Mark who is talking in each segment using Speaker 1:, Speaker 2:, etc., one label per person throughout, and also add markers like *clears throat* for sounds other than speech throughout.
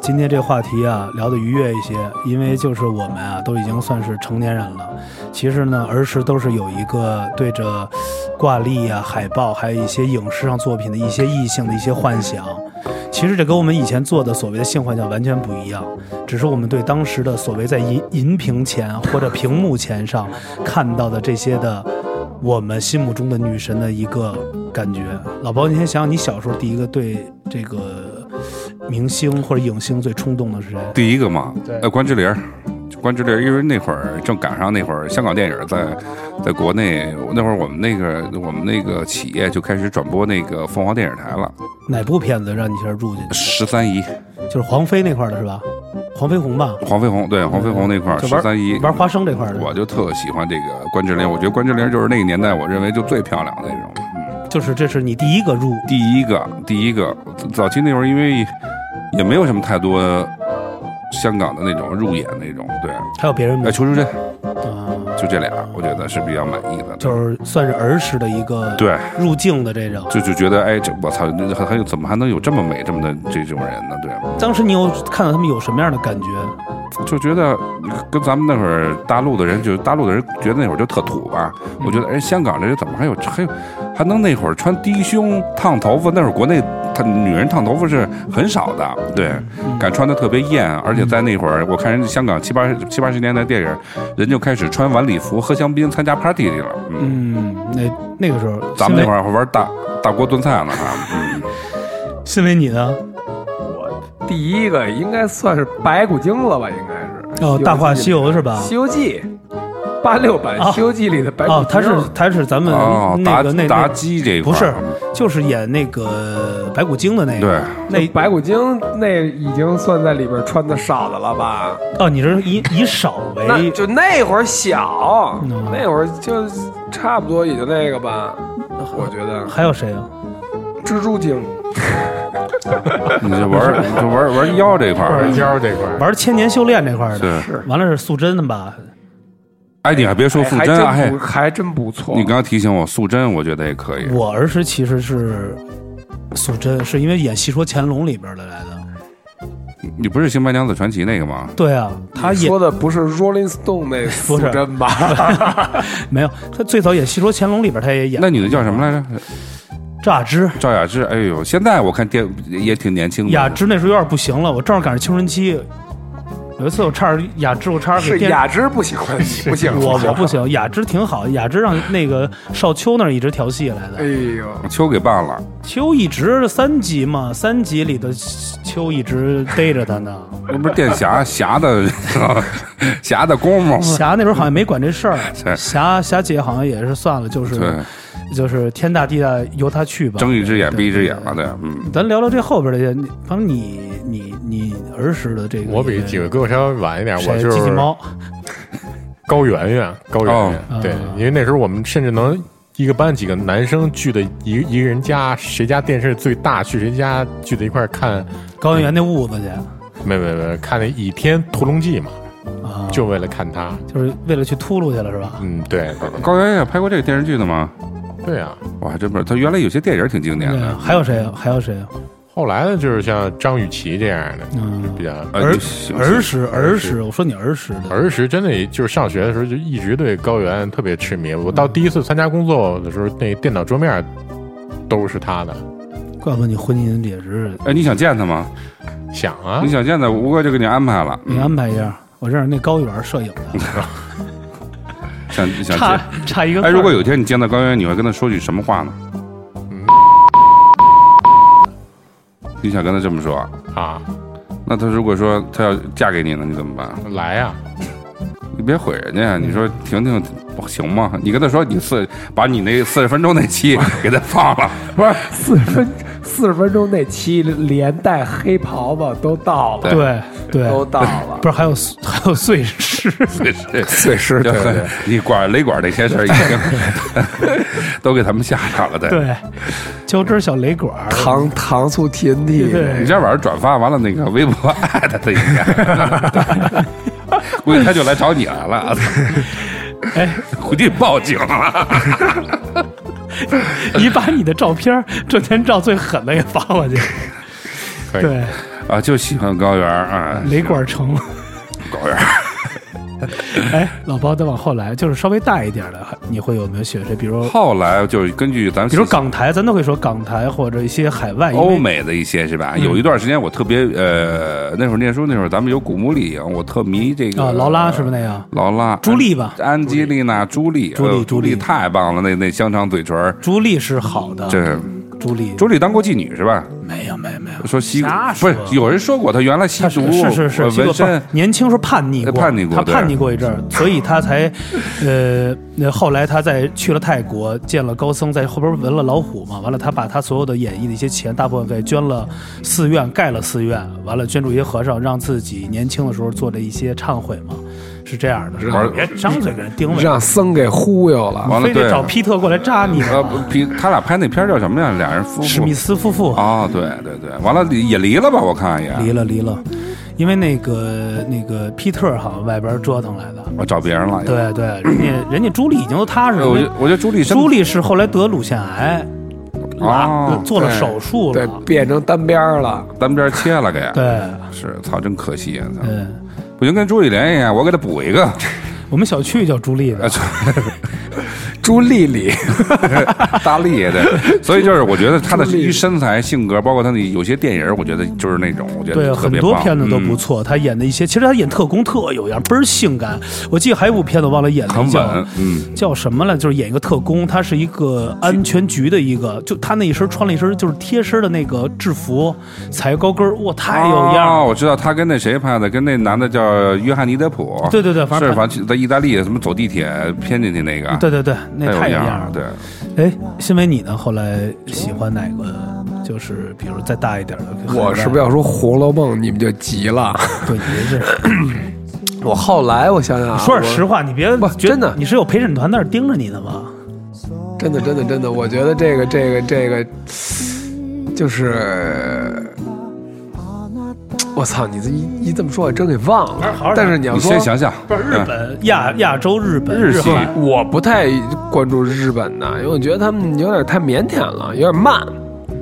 Speaker 1: 今天这个话题啊聊得愉悦一些，因为就是我们啊都已经算是成年人了。其实呢，儿时都是有一个对着挂历啊、海报，还有一些影视上作品的一些意性的一些幻想。其实这跟我们以前做的所谓的性幻想完全不一样，只是我们对当时的所谓在银银屏前或者屏幕前上看到的这些的我们心目中的女神的一个感觉。老包，你先想想，你小时候第一个对这个明星或者影星最冲动的是谁？
Speaker 2: 第一个嘛
Speaker 1: 对，
Speaker 2: 呃，关之琳儿，关之琳儿，因为那会儿正赶上那会儿香港电影在在国内，那会儿我们那个我们那个企业就开始转播那个凤凰电视台了，
Speaker 1: 哪部片子让你一下入进去？
Speaker 2: 十三姨，
Speaker 1: 就是黄飞那块儿的是吧？黄飞鸿吧，
Speaker 2: 黄飞鸿，对，黄飞鸿那块儿
Speaker 1: 就
Speaker 2: 十三姨
Speaker 1: 玩。玩花生这块儿的，
Speaker 2: 我就特喜欢这个关之琳，我觉得关之琳就是那个年代我认为就最漂亮的那种。
Speaker 1: 就是这是你第一个入
Speaker 2: 第一个，第一个，早期那会儿因为也没有什么太多香港的那种入演那种，对，
Speaker 1: 还有别人吗
Speaker 2: 哎，？邱淑贞
Speaker 1: 啊，
Speaker 2: 就这俩，我觉得是比较满意的。
Speaker 1: 就是算是儿时的一个
Speaker 2: 对，
Speaker 1: 入境的这种。
Speaker 2: 就就觉得哎，这我操，那还还有怎么还能有这么美这么的这种人呢？对，啊
Speaker 1: 当时你有看到他们有什么样的感觉？
Speaker 2: 就觉得跟咱们那会儿大陆的人，就是大陆的人觉得那会儿就特土吧。
Speaker 1: 嗯
Speaker 2: 我觉得哎，香港这人怎么还有还有还能那会儿穿低胸烫头发？那会儿国内她女人烫头发是很少的，对。
Speaker 1: 嗯
Speaker 2: 敢穿的特别艳，而且在那会儿，我看人家香港七八十七八十年代电影，人就开始穿晚礼服、喝香槟、参加 party 去了。嗯，
Speaker 1: 嗯，那那个时候，
Speaker 2: 咱们那会
Speaker 1: 儿，
Speaker 2: 儿还玩大大锅炖菜呢，还嗯，
Speaker 1: 新伟你呢？
Speaker 3: 第一个应该算是白骨精了吧？应该是
Speaker 1: 哦，《大话西
Speaker 3: 游
Speaker 1: 游》是》
Speaker 3: 《
Speaker 1: 吧？
Speaker 3: 西游记》八六版
Speaker 1: 哦
Speaker 3: 《西游记》里的白骨精。
Speaker 1: 哦，他是他是咱们
Speaker 2: 哦，
Speaker 1: 那
Speaker 2: 妲
Speaker 1: 个那
Speaker 2: 妲
Speaker 1: 那，
Speaker 2: 己这一块
Speaker 1: 不
Speaker 2: 儿
Speaker 1: 是，就是演那个白骨精的那
Speaker 2: 对
Speaker 1: 个。那
Speaker 3: 白骨精那已经算在里边穿的少的了吧？
Speaker 1: 哦，你是以以少
Speaker 3: 那
Speaker 1: 为
Speaker 3: 就那会儿小，
Speaker 1: 哎嗯
Speaker 3: 那会儿就差不多也就那个吧。我觉得
Speaker 1: 还有谁啊？
Speaker 3: 蜘蛛精，
Speaker 2: 你就玩就玩玩腰这一块儿
Speaker 4: 二。娇这块儿，
Speaker 1: 玩千年修炼这块儿的，
Speaker 2: 对，
Speaker 1: 完了是素贞的吧？
Speaker 2: 哎，你还别说素
Speaker 3: 还
Speaker 2: 贞，
Speaker 3: 真
Speaker 2: 哎
Speaker 3: 不，还真不错。
Speaker 2: 你刚刚提醒我素贞，我觉得也可以。
Speaker 1: 我儿时其实是素贞，是因为演《戏说乾隆》里边的来的。
Speaker 2: 你不是《新白娘子传奇》那个吗？
Speaker 1: 对啊，他
Speaker 3: 你
Speaker 1: 演
Speaker 3: 说的不是 Rolling Stone 那
Speaker 1: *laughs* 不
Speaker 3: 素
Speaker 1: 是
Speaker 3: 贞吧？
Speaker 1: 没有，他最早演《戏说乾隆》里边他也演
Speaker 2: 那女的叫什么来着？
Speaker 1: 赵雅
Speaker 3: 嗯
Speaker 1: 芝。
Speaker 2: 赵雅芝。哎呦，现在我看电也挺年轻的。
Speaker 1: 雅芝那时候有点不行了，我正好赶上青春期。有一次我差点雅芝，我差点
Speaker 3: 是
Speaker 1: 给电
Speaker 3: 雅芝不喜欢
Speaker 1: *laughs*
Speaker 3: 你，不喜欢
Speaker 1: 我我不行，雅芝挺好，雅芝让那个少秋那儿一直调戏来
Speaker 3: 哎
Speaker 1: 的。
Speaker 3: 呦，
Speaker 2: 秋给办了，
Speaker 1: 秋一直三集嘛，三集里的秋一直逮着他呢。
Speaker 2: 那不是电侠侠的 *laughs* 侠的功夫吗？
Speaker 1: 霞那时候好像没管这
Speaker 2: *laughs*
Speaker 1: 事儿，
Speaker 2: 是
Speaker 1: 霞霞姐好像也是算了，就是
Speaker 2: 对，
Speaker 1: 就是天大地大由她去吧。
Speaker 2: 睁一只眼
Speaker 1: 对
Speaker 2: 闭一只眼
Speaker 1: 对
Speaker 2: 了，对，嗯，
Speaker 1: 咱聊聊这后边这些，你反正你你你儿时的这个，
Speaker 4: 我比几个哥稍微晚一点，我
Speaker 1: 谁
Speaker 4: 就
Speaker 1: 机器
Speaker 4: 是
Speaker 1: 猫，
Speaker 4: 高圆圆，高圆圆，
Speaker 1: 哦
Speaker 4: 对
Speaker 1: 啊，
Speaker 4: 因为那时候我们甚至能一个班几个男生聚的一一个人家，谁家电视最大，去谁家聚在一块儿看，
Speaker 1: 高圆圆那屋子去
Speaker 4: 没没没，看那《倚天屠龙记》嘛，
Speaker 1: 啊，
Speaker 4: 就为了看他。
Speaker 1: 就是为了去秃噜去了是吧？
Speaker 4: 嗯，对对
Speaker 2: 高圆圆拍过这个电视剧的吗？
Speaker 4: 对啊。
Speaker 2: 我还真不知道，他原来有些电影挺经典
Speaker 1: 对
Speaker 2: 的
Speaker 1: 啊，。还有谁啊？还有谁啊？
Speaker 4: 后来呢，就是像张雨绮这样的，
Speaker 1: 嗯，
Speaker 4: 比较
Speaker 2: 呃
Speaker 1: 儿
Speaker 2: 你行
Speaker 1: 儿时儿
Speaker 4: 儿
Speaker 1: 时，
Speaker 4: 时
Speaker 1: 我说你儿时的，
Speaker 4: 儿时真的就是上学的时候就一直对高原特别痴迷。我到
Speaker 1: 嗯
Speaker 4: 第一次参加工作的时候，那电脑桌面都是他的。
Speaker 1: 怪不得你婚姻也是
Speaker 2: 哎，你想见他吗？
Speaker 4: 想啊
Speaker 2: 你，想见他，吴哥就给你安排了。
Speaker 1: 你安排一下。我认识那高圆摄影的，
Speaker 2: 想想
Speaker 1: 差
Speaker 2: 见。
Speaker 1: 差一个字
Speaker 2: *laughs* 哎，
Speaker 1: 儿。
Speaker 2: 如果有一天你见到高圆圆，你会跟他说句什么话呢？
Speaker 4: 嗯
Speaker 2: 你想跟他这么说？
Speaker 4: 啊，
Speaker 2: 那他如果说他要嫁给你呢，你怎么办？
Speaker 4: 来啊呀、
Speaker 2: 你别毁人家，你说婷婷行吗？你跟他说你四把你那四十分钟那期给他
Speaker 3: *laughs*
Speaker 2: 放了，
Speaker 3: 不是四十分四十分钟那期连带黑袍子都到了，
Speaker 1: 对对，
Speaker 2: 哦
Speaker 3: 都到了
Speaker 1: 不。是还有还有碎 *laughs* 尸，
Speaker 2: 对是
Speaker 3: 碎尸
Speaker 2: 就
Speaker 3: 对
Speaker 2: 很
Speaker 3: 对，
Speaker 2: 你管雷管这些事儿已经 *laughs* 都给他们吓着了，对。
Speaker 1: 对，浇汁儿小雷管儿， *laughs*
Speaker 3: 糖糖醋 TNT，
Speaker 2: 你
Speaker 1: 对，
Speaker 2: 今儿晚上转发完了，那个微博 *laughs* 艾特他一下，估计他就来找你来了，啊
Speaker 1: 哎，
Speaker 2: 估计报警了。
Speaker 1: 你把你的照片儿、证件照最狠的给发过去，
Speaker 4: 可以。
Speaker 1: 对，
Speaker 2: 啊，就喜欢高原儿啊，
Speaker 1: 雷管城。
Speaker 2: 高原儿。
Speaker 1: *laughs* 哎，老包，再往后来，就是稍微大一点的，你会有没有选谁？比如，
Speaker 2: 后来就是根据咱们
Speaker 1: 比如港台，咱都会说港台或者一些海外因为
Speaker 2: 欧美的一些是
Speaker 1: 嗯
Speaker 2: 吧？有一段时间我特别呃，那会儿念书那会儿，咱们有古墓丽影，我特迷这个
Speaker 1: 啊，劳拉是不是那样？
Speaker 2: 劳拉
Speaker 1: 朱莉吧，
Speaker 2: 安吉丽娜朱莉，
Speaker 1: 朱莉
Speaker 2: 哎呦
Speaker 1: 朱
Speaker 2: 朱
Speaker 1: 莉
Speaker 2: 莉太棒了，那那香肠嘴唇儿，
Speaker 1: 朱莉是好的，
Speaker 2: 这
Speaker 1: 朱莉
Speaker 2: 朱莉当过妓女是吧？
Speaker 1: 没有没有没有，
Speaker 2: 说吸
Speaker 1: 瞎
Speaker 2: 不
Speaker 1: 说
Speaker 2: 是有人说过她原来吸
Speaker 1: 他是
Speaker 2: 毒，
Speaker 1: 是是是
Speaker 2: 呃
Speaker 1: 吸过
Speaker 2: 纹身
Speaker 1: 不年轻时候叛逆过，
Speaker 2: 叛逆过
Speaker 1: 他
Speaker 2: 对
Speaker 1: 叛逆过一阵儿，所以他才，呃，那后来他在去了泰国，见了高僧，在后边纹了老虎嘛，完了他把他所有的演艺的一些钱，大部分给捐了寺院，盖了寺院，完了捐助一些和尚，让自己年轻的时候做的一些忏悔嘛，是这样的。是吧
Speaker 2: 玩
Speaker 1: 别张嘴给人定位，
Speaker 3: 让僧给忽悠了。
Speaker 2: 啊完了
Speaker 1: 非得
Speaker 2: 对
Speaker 1: 找皮特过来扎你
Speaker 2: 呃
Speaker 1: 嘛。
Speaker 2: 不皮他俩拍那片儿叫什么呀？俩人夫
Speaker 1: 史
Speaker 2: 妇
Speaker 1: 密斯夫妇
Speaker 2: 啊，对对对，完了也离了吧？我看也
Speaker 1: 离了离了，因为那个那个皮特好像外边折腾来的。
Speaker 2: 我找别人了。，
Speaker 1: 对对，人家人家朱莉已经都踏实了。
Speaker 2: 哎我觉得我觉得朱莉身
Speaker 1: 朱莉啊是后来得乳腺癌，拉、
Speaker 2: 哦
Speaker 1: 做了
Speaker 2: 对
Speaker 1: 手术
Speaker 3: 对
Speaker 1: 了，。
Speaker 3: 变成单边儿了，
Speaker 2: 单边切了给，
Speaker 1: 对
Speaker 2: 是操，真可惜啊！操
Speaker 1: 对，
Speaker 2: 不行，跟朱莉联系一下，我给他补一个。
Speaker 1: 我们小区叫朱莉 *laughs*
Speaker 2: 呃
Speaker 1: 的，
Speaker 3: 朱丽 *laughs* 丽，
Speaker 2: 大力也对，所以就是我觉得他的
Speaker 3: 朱莉
Speaker 2: 身材、性格，包括他的有些电影，我觉得就是那种，我觉
Speaker 1: 对，
Speaker 2: 得特
Speaker 1: 很
Speaker 2: 别
Speaker 1: 多
Speaker 2: 棒嗯
Speaker 1: 片子都不错。她演的一些，其实她演特工特有样，倍儿性感。我记得还有一部片子忘了演了，
Speaker 2: 很
Speaker 1: 叫
Speaker 2: 稳，嗯，
Speaker 1: 叫什么了？就是演一个特工，他是一个安全局的一个，就他那一身穿了一身就是贴身的那个制服，踩高跟儿，哇，太有样
Speaker 2: 哦
Speaker 1: 了。
Speaker 2: 我知道他跟那谁拍的，跟那男的叫约翰尼德普，
Speaker 1: 对对对，反
Speaker 2: 是
Speaker 1: 正
Speaker 2: 反正在意大利什么走地铁偏进去那个，
Speaker 1: 对对对，那
Speaker 2: 太
Speaker 1: 太有
Speaker 2: 样
Speaker 1: 样了。
Speaker 2: 对，
Speaker 1: 哎，新伟，你呢？后来喜欢哪个？就是比如再大一点的，
Speaker 3: 我是不是要说《红楼梦》，你们就急了？
Speaker 1: 对你这是？
Speaker 3: *laughs* 我后来我想想啊，
Speaker 1: 说点
Speaker 3: 我
Speaker 1: 实话，你别
Speaker 3: 不
Speaker 1: 觉得
Speaker 3: 真的
Speaker 1: 你是有陪审团在那儿盯着你的吗？
Speaker 3: 真的，真的，真的，我觉得这个，这个，这个，就是，我操，你这一一这么说，我真给忘
Speaker 1: 还是好
Speaker 3: 了
Speaker 1: 好。
Speaker 3: 但是你要
Speaker 2: 你
Speaker 3: 说
Speaker 2: 先，想想，嗯
Speaker 1: 不是日本亚亚洲日本
Speaker 2: 日系
Speaker 1: 韩
Speaker 3: 我不太关注日本的，因为我觉得他们有点太腼腆了，有点慢。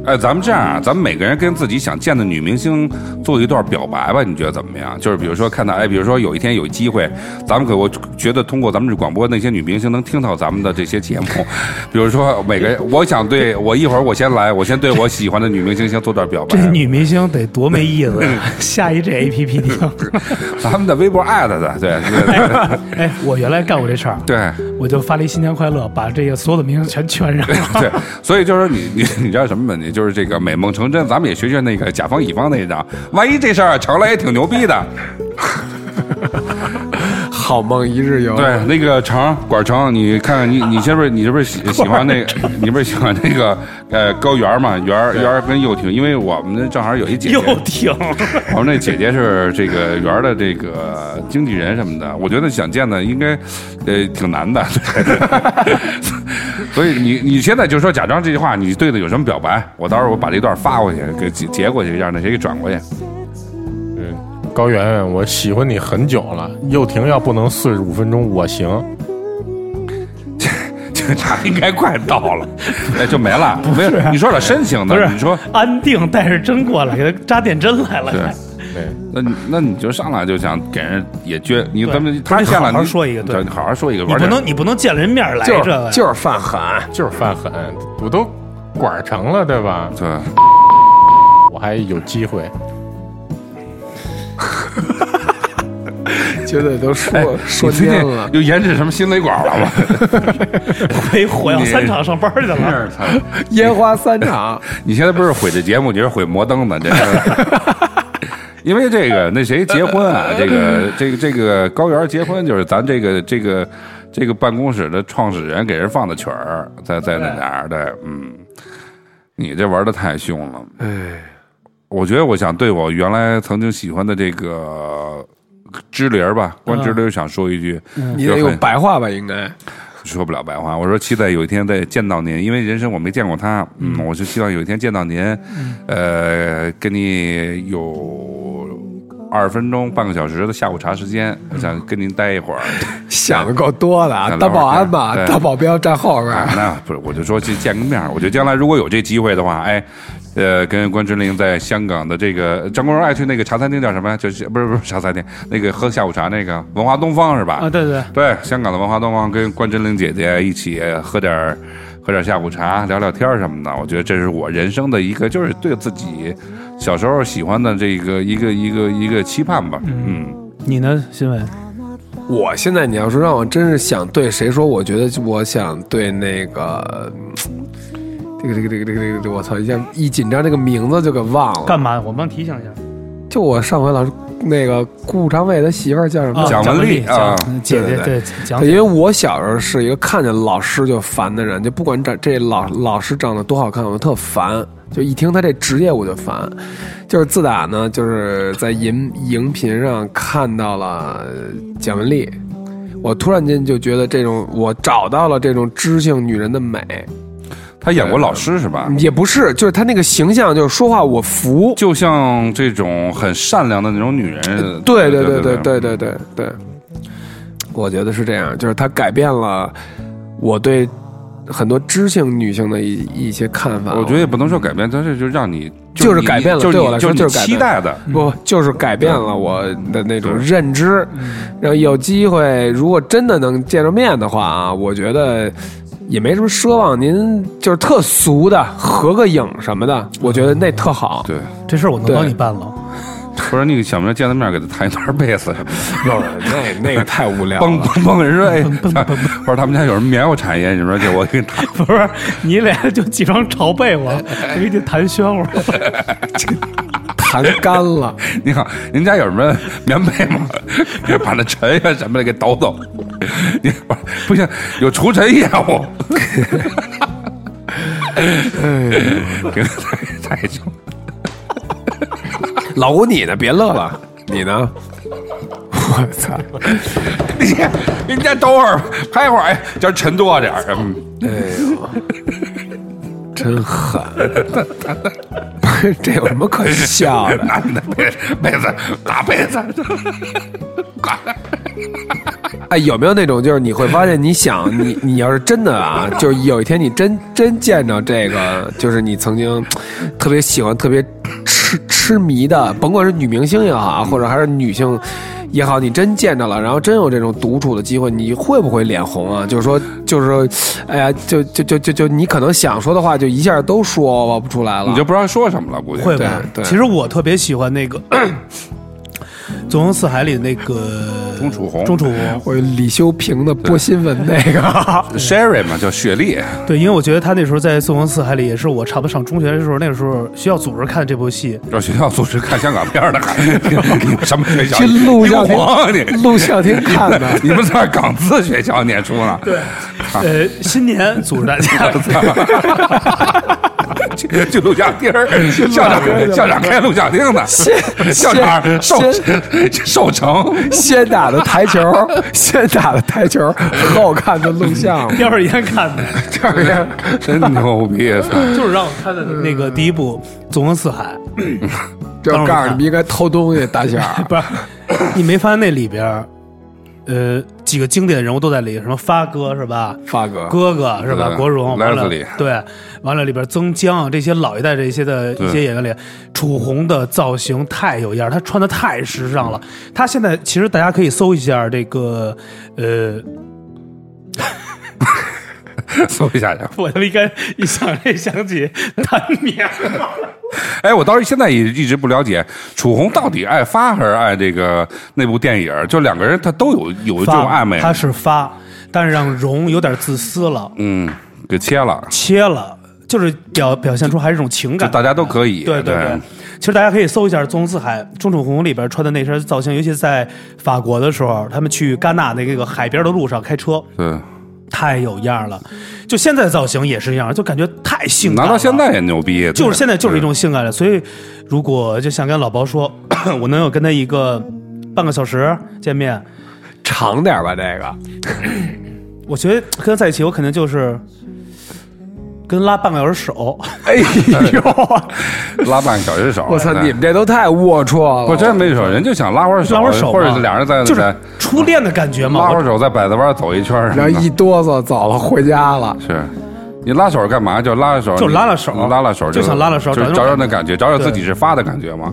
Speaker 2: 哎，咱们这样啊，咱们每个人跟自己想见的女明星做一段表白吧，你觉得怎么样？就是比如说看到，哎，比如说有一天有机会，咱们可我觉得通过咱们这广播那些女明星能听到咱们的这些节目， *laughs* 比如说每个人，我想对我一会儿我先来，我先对我喜欢的女明星先做段表白
Speaker 1: 这。女明星得多没意思呀！
Speaker 3: *laughs*
Speaker 1: 下一这 A P P 你就
Speaker 2: 咱们的微博艾特的，对对
Speaker 1: 哎，我原来干过这事儿，
Speaker 2: 对
Speaker 1: 我就发了一新年快乐，把这个所有的明星全圈上了。
Speaker 2: 对， *laughs* 所以就是你你你知道什么问题？就是这个美梦成真，咱们也学学那个甲方乙方那一张，万一这事儿成了也挺牛逼的。
Speaker 3: 好梦一日游，
Speaker 2: 对，那个成管成，你看看你，你是不是你是不是喜喜欢那个？你不是喜欢那个呃高原儿嘛？圆儿圆儿跟幼婷，因为我们正好有一姐
Speaker 1: *laughs*
Speaker 2: 姐
Speaker 1: 又，挺，
Speaker 2: 我们那姐姐是这个圆儿的这个经纪人什么的，我觉得想见的应该呃挺难的。 *laughs* 对所以你你现在就说假装这句话，你对的有什么表白？我到时候我把这段发过去，给截截过去，让那谁给转过去。
Speaker 4: 嗯高原，我喜欢你很久了。又停要不能四十五分钟，我行。
Speaker 2: 警察应该快到了，哎，就没了。没有，你说点深情
Speaker 1: 不
Speaker 2: 的
Speaker 1: 是，
Speaker 2: 你说。
Speaker 1: 安定带着针过来，给他扎电针来了。
Speaker 2: 对
Speaker 4: 对，
Speaker 2: 那你那你就上来就想给人也撅，你
Speaker 1: 对
Speaker 2: 咱们
Speaker 1: 不
Speaker 2: 他
Speaker 1: 是
Speaker 2: 下来
Speaker 1: 好好
Speaker 2: 你
Speaker 1: 说一个对
Speaker 2: 你好好说一个，
Speaker 1: 你
Speaker 2: 玩
Speaker 1: 不
Speaker 2: 点
Speaker 1: 能你不能见了人面儿来这
Speaker 3: 就
Speaker 1: 个
Speaker 3: 是
Speaker 1: 呀。
Speaker 3: 就是犯狠，
Speaker 4: 就是犯狠，我都管儿成了，对吧？
Speaker 2: 对，
Speaker 4: 我还有机会。
Speaker 3: 觉得都
Speaker 1: 哎
Speaker 3: 说说
Speaker 2: 你最
Speaker 3: 蔫
Speaker 2: 近
Speaker 3: 了。
Speaker 2: 又研制什么心雷管了
Speaker 3: *laughs*
Speaker 2: 吗？
Speaker 1: 回火药三厂上班去
Speaker 2: 真
Speaker 1: 了。
Speaker 2: 是操
Speaker 3: 烟花三场，
Speaker 2: 你现在不是毁这节目，你是毁摩登呢，这是。因为这个那谁结婚啊，这个这个这个高原结婚就是咱这个这个这个办公室的创始人给人放的曲儿，在在那哪儿的，嗯，你这玩的太凶了，
Speaker 3: 哎，
Speaker 2: 我觉得我想对我原来曾经喜欢的这个芝玲儿吧，关芝玲儿想说一句，
Speaker 3: 你
Speaker 2: 就
Speaker 3: 得
Speaker 2: 很
Speaker 3: 用白话吧？应该
Speaker 2: 说不了白话。我说期待有一天再见到您，因为人生我没见过他，嗯，我就希望有一天见到您，呃，跟你有二十分钟、半个小时的下午茶时间，我想跟您待一会儿。
Speaker 3: 想的够多的
Speaker 1: *laughs*
Speaker 3: 啊，
Speaker 2: 想聊
Speaker 3: 当
Speaker 2: 会儿
Speaker 3: 保安吧，
Speaker 2: 对
Speaker 3: 当保镖站后边
Speaker 2: 啊
Speaker 3: 儿。，
Speaker 2: 那不是，我就说去见个面儿。我觉得将来如果有这机会的话，哎，呃，跟关之琳在香港的这个张国荣爱去那个茶餐厅叫什么呀？就是不是不是茶餐厅，那个喝下午茶那个文华东方是吧？
Speaker 1: 啊，对对，
Speaker 2: 对，香港的文化东方跟关真玲姐姐一起喝点儿喝点儿下午茶，聊聊天儿什么的。我觉得这是我人生的一个，就是对自己小时候喜欢的这个一个一个一个期盼吧。嗯，
Speaker 1: 你呢，新伟？
Speaker 5: 我现在你要说让我真是想对谁说，我觉得我想对那个。这个这个这个这个这个，我操！一下一紧张，这个名字就给忘了。
Speaker 1: 干嘛？我帮提醒一下。
Speaker 5: 就我上回老师那个顾长卫他媳妇儿叫什么？
Speaker 2: 蒋雯丽啊
Speaker 1: 蒋姐姐
Speaker 5: 对
Speaker 1: 对，蒋
Speaker 5: 对因为我小时候是一个看见老师就烦的人，就不管长这老老师长得多好看，我特烦。就一听他这职业我就烦。就是自打呢，就是在荧荧屏上看到了蒋雯丽，我突然间就觉得这种我找到了这种知性女人的美，
Speaker 2: 她演过老师是吧？
Speaker 5: 也不是，就是她那个形象，就是说话我服。
Speaker 2: 就像这种很善良的那种女人，
Speaker 5: 对对
Speaker 2: 对
Speaker 5: 对对
Speaker 2: 对，
Speaker 5: 对对对，我觉得是这样，就是它改变了我对很多知性女性的一一些看法。
Speaker 2: 我觉得也不能说改变，但是就让你
Speaker 5: 就是
Speaker 2: 你
Speaker 5: 改变了
Speaker 2: 就是
Speaker 5: 对
Speaker 2: 你
Speaker 5: 我来说
Speaker 2: 就
Speaker 5: 就是
Speaker 2: 你
Speaker 5: 是改
Speaker 2: 期
Speaker 5: 变
Speaker 2: 待的。
Speaker 5: 嗯不就是改变了我的那种认知，然后有机会如果真的能见着面的话啊，我觉得。也没什么奢望，您就是特俗的合个影什么的，我觉得那特好。
Speaker 2: 对，
Speaker 1: 哎这事儿我能
Speaker 5: 对
Speaker 1: 帮你办了。
Speaker 2: 不然你想不想见他面给他弹一段贝斯？
Speaker 5: 那那个太无 *laughs* 聊
Speaker 2: 嘣嘣嘣！ *laughs* 人说哎，我说他们家有什么棉花产业？你说这我给你弹。
Speaker 1: 不是，你俩就起床朝被我，给你弹暄乎。
Speaker 5: 弹干了。
Speaker 2: 你好，您家有什么棉被吗？ *laughs* 把那尘呀什么的给抖抖。你不不行，有除尘啊业务。给哎 *laughs* 太太凶，
Speaker 5: 老吴，你呢？别乐了，你呢？ *laughs* 我操！
Speaker 2: 你人家等会儿拍会儿，哎，叫沉多点儿。嗯，
Speaker 5: 真狠！ *laughs* 不是，这有什么可 *laughs* 笑的？
Speaker 2: 拿你的被被子打被子，
Speaker 5: 哎，有没有那种就是你会发现，你想你你要是真的啊，就是有一天你真真见着这个，就是你曾经特别喜欢、特别痴痴迷的，甭管是女明星也好啊，或者还是女性也好，你真见着了，然后真有这种独处的机会，你会不会脸红啊？就是说，就是说，哎呀，就就就就就你可能想说的话，就一下都说不出来了。
Speaker 2: 你就不知道说什么了，估计
Speaker 1: 会吧
Speaker 5: 对？对
Speaker 1: 其实我特别喜欢那个《纵横四海》里那个
Speaker 2: 钟楚红
Speaker 1: 钟楚红。
Speaker 5: 我李修平的播新闻那个，
Speaker 2: Sherry 嘛，叫雪莉，
Speaker 1: 对，因为我觉得他那时候在《纵横四海》里，也是我差不多上中学的时候，那个时候学校组织看这部戏，
Speaker 2: 让学校组织看香港片儿的，你们什么学校？
Speaker 5: 去录
Speaker 2: 英
Speaker 5: 像厅
Speaker 2: 皇你
Speaker 5: 录像厅
Speaker 2: *laughs*
Speaker 5: 看的。
Speaker 2: 你们在港资学校念书呢？对，
Speaker 1: 呃，新年组织大家
Speaker 2: 去去录像厅儿，校长校长开录像厅呢，校长寿寿成，
Speaker 5: 先打的台球，先打的台球，后看的录 *laughs* 像。
Speaker 1: *laughs* 第二天看的，
Speaker 2: 这人真牛逼！
Speaker 1: 就是让我看的那个第一部《纵横四海》。
Speaker 5: 就告诉你们应该偷东 *laughs* 西，大小。
Speaker 1: 不是，你没发现那里边儿，呃，几个经典人物都在里，什么发哥是吧？
Speaker 5: 发哥
Speaker 1: 哥哥是吧？
Speaker 2: 对
Speaker 1: 国荣，
Speaker 2: 莱
Speaker 1: 完
Speaker 2: 斯
Speaker 1: 了
Speaker 2: 利
Speaker 1: 对，完了里边曾江这些老一代这些的一些演员里，楚红的造型太有样儿，她穿的太时尚了。她现在其实大家可以搜一下这个，呃，
Speaker 2: 搜一下去。
Speaker 1: 我应该一想这想起她名儿，
Speaker 2: 哎，我到现在也一直不了解楚红到底爱发还是爱这个那部电影儿，就两个人他都有有这种暧昧，
Speaker 1: 她是发，但是让荣有点自私了，
Speaker 2: 嗯，给切了，
Speaker 1: 切了，就是表表现出还是一种情
Speaker 2: 就
Speaker 1: 感。
Speaker 2: 大家都可以，
Speaker 1: 对
Speaker 2: 对
Speaker 1: 对，其实大家可以搜一下《纵横四海》钟楚红里边穿的那身造型，尤其在法国的时候，他们去戛纳那个海边的路上开车，
Speaker 2: 对，
Speaker 1: 太有样了。就现在造型也是一样，就感觉太性感
Speaker 2: 拿
Speaker 1: 了。
Speaker 2: 到现在也牛逼，
Speaker 1: 就是现在就是一
Speaker 2: 种。
Speaker 1: 种性感了。所以，如果就像跟老包说， *coughs* 我能有跟他一个半个小时见面，
Speaker 5: 长点吧，这个
Speaker 1: 我觉得跟他在一起，我肯定就是跟拉半个小时手。 *laughs* 哎
Speaker 2: *laughs* 拉半个小时手。
Speaker 5: 我操，
Speaker 2: 对
Speaker 5: 你们这都太龌龊了！
Speaker 2: 我真没手，人就想拉会儿手，
Speaker 1: 拉会儿手
Speaker 2: 或者
Speaker 1: 嘛
Speaker 2: 俩人在
Speaker 1: 就是
Speaker 2: 在嗯
Speaker 1: 初恋的感觉嘛。
Speaker 2: 拉
Speaker 1: 我
Speaker 2: 会儿手，在百子湾走一圈儿什
Speaker 5: 然
Speaker 2: 么
Speaker 5: 后
Speaker 2: 的。
Speaker 5: 一哆嗦，走了，回家了。
Speaker 2: 是，你拉手干嘛？就拉拉手，
Speaker 1: 就拉拉手
Speaker 2: 你拉拉手，
Speaker 1: 就想拉拉手
Speaker 2: 就
Speaker 1: 找
Speaker 2: 是
Speaker 1: 那
Speaker 2: 找
Speaker 1: 种
Speaker 2: 找那感觉，找找
Speaker 1: 对
Speaker 2: 自己是发的感觉吗？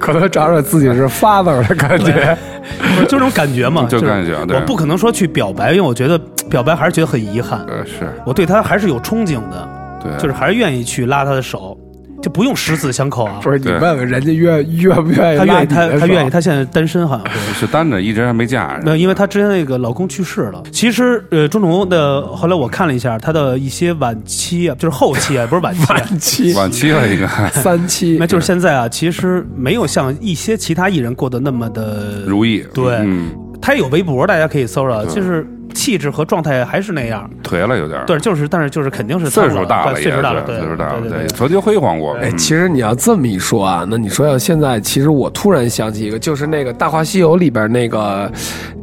Speaker 5: 可能找找自己是 father 的感 *laughs* 觉。
Speaker 1: 不是就这种感觉嘛，
Speaker 2: *laughs* 就是感觉对
Speaker 1: 我不可能说去表白，因为我觉得表白还是觉得很遗憾，
Speaker 2: 呃，是
Speaker 1: 我对他还是有憧憬的，
Speaker 2: 对，
Speaker 1: 就是还是愿意去拉他的手，就不用十指相扣啊。
Speaker 5: 不是你
Speaker 2: 对
Speaker 5: 问问人家愿愿不愿意
Speaker 1: 他
Speaker 5: 拉
Speaker 1: 愿意，
Speaker 5: 你
Speaker 1: 他
Speaker 5: 的
Speaker 1: 他
Speaker 5: 手
Speaker 1: 愿意，他现在单身好像是。
Speaker 2: 是单着，一直还没嫁。
Speaker 1: 没有，因为她之前那个老公去世了。其实，呃，钟楚红的后来我看了一下她的一些晚期啊，就是后期啊，不是晚期、啊，
Speaker 5: 三
Speaker 2: *laughs*
Speaker 5: 期
Speaker 2: 晚期了应该
Speaker 5: 三期
Speaker 1: 那就是现在啊，其实没有像一些其他艺人过得那么的
Speaker 2: 如意，
Speaker 1: 对
Speaker 2: 嗯，
Speaker 1: 她也有微博，大家可以搜了，
Speaker 2: 对
Speaker 1: 就是气质和状态还是那样。
Speaker 2: 颓了有点儿，
Speaker 1: 对，就是，但是就是肯定是
Speaker 2: 嗯岁
Speaker 1: 苍
Speaker 2: 数
Speaker 1: 老
Speaker 2: 大
Speaker 1: 对
Speaker 2: 了也是，
Speaker 1: 岁数大了，对
Speaker 2: 岁数大了，
Speaker 1: 对对对。
Speaker 2: 曾经辉煌过，
Speaker 5: 哎，
Speaker 2: 嗯
Speaker 5: 其实你要这么一说啊，那你说要现在，其实我突然想起一个，就是那个《大话西游》里边那个，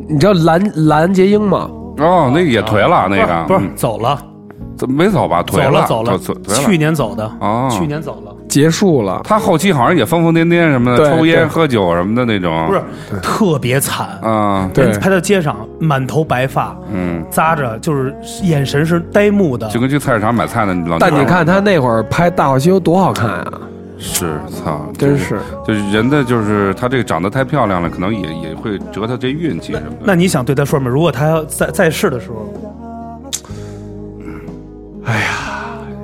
Speaker 5: 你知道蓝蓝洁瑛吗？
Speaker 2: 哦，那个也颓了，那个
Speaker 1: 不是不是
Speaker 2: 嗯
Speaker 1: 走了，
Speaker 2: 怎么没走吧？
Speaker 1: 走
Speaker 2: 颓
Speaker 1: 走了
Speaker 2: 颓，颓
Speaker 1: 去年走的，
Speaker 2: 哦，
Speaker 1: 去年走了，
Speaker 5: 结束了，
Speaker 2: 他后期好像也疯疯癫癫什么的，
Speaker 5: 对
Speaker 2: 抽
Speaker 5: 对
Speaker 2: 烟喝酒什么的那种，
Speaker 1: 不是特别惨，哎
Speaker 2: 啊，
Speaker 5: 对
Speaker 1: 拍到街上满头白发，
Speaker 2: 嗯，
Speaker 1: 扎着，就是眼神是呆木的
Speaker 2: 就。跟去菜市场买菜的老娘
Speaker 5: 但你
Speaker 2: 们儿
Speaker 5: 看他那会儿拍《大话西游》多好看啊！
Speaker 2: 是操，
Speaker 5: 真是，
Speaker 2: 就是人的就是他这个长得太漂亮了，可能也也会折他这运气什么的。
Speaker 1: 那你想对他说什么？如果他要在在世的时候，
Speaker 2: 嗯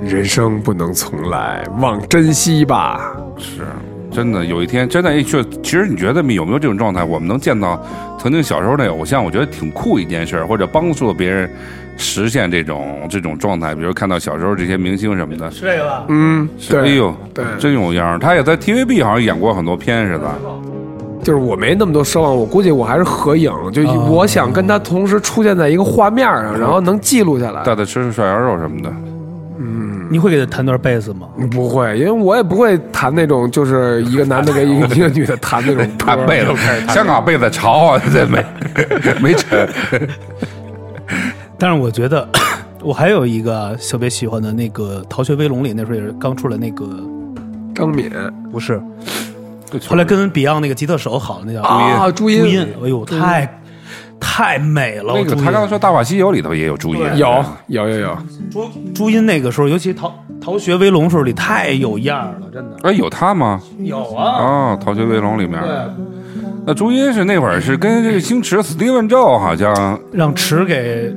Speaker 5: 人生不能重来，望珍惜吧。
Speaker 2: 是真的，有一天真的哎确，其实你觉得有没有这种状态？我们能见到曾经小时候的偶像，我觉得挺酷一件事儿，或者帮助别人实现这种这种状态。比如看到小时候这些明星什么的，
Speaker 1: 是这个吧？
Speaker 5: 嗯，
Speaker 2: 是哎
Speaker 5: 对，
Speaker 2: 呦，
Speaker 5: 对
Speaker 2: 真有样儿。他也在 TVB 好像演过很多片似的。
Speaker 5: 就是我没那么多奢望，我估计我还是合影，就
Speaker 1: 哦
Speaker 5: 我想跟他同时出现在一个画面上，然后能记录下来。
Speaker 2: 带他吃吃涮羊肉什么的，
Speaker 1: 你会给他弹段贝斯
Speaker 2: 嗯
Speaker 1: 吗？
Speaker 5: 不会，因为我也不会弹那种，就是一个男的跟一个一个女的弹那种 *laughs* 歌
Speaker 2: 他被子，香港被子潮啊，这没没沉。
Speaker 1: 但是我觉得， *coughs* 我还有一个特别喜欢的那个《逃学威龙》里，那时候也是刚出来那个，
Speaker 5: 张敏
Speaker 1: 不是，后来跟 Beyond 那个吉他手好的那叫
Speaker 5: 啊，朱
Speaker 1: 朱
Speaker 5: 茵
Speaker 1: 茵，哎呦，太太美了。
Speaker 2: 那个
Speaker 1: 朱
Speaker 2: 他刚才
Speaker 1: 茵，
Speaker 2: 说《大话西游》里头也有朱茵，
Speaker 5: 有有有有，
Speaker 1: 朱朱茵那个时候，尤其逃逃学威龙时候里太有样儿了，真的
Speaker 2: 哎有他吗？
Speaker 1: 有啊。
Speaker 2: 哦，《逃学威龙》里面。那朱茵是那会儿是跟这个星驰 Steven Joe 好像
Speaker 1: 让池给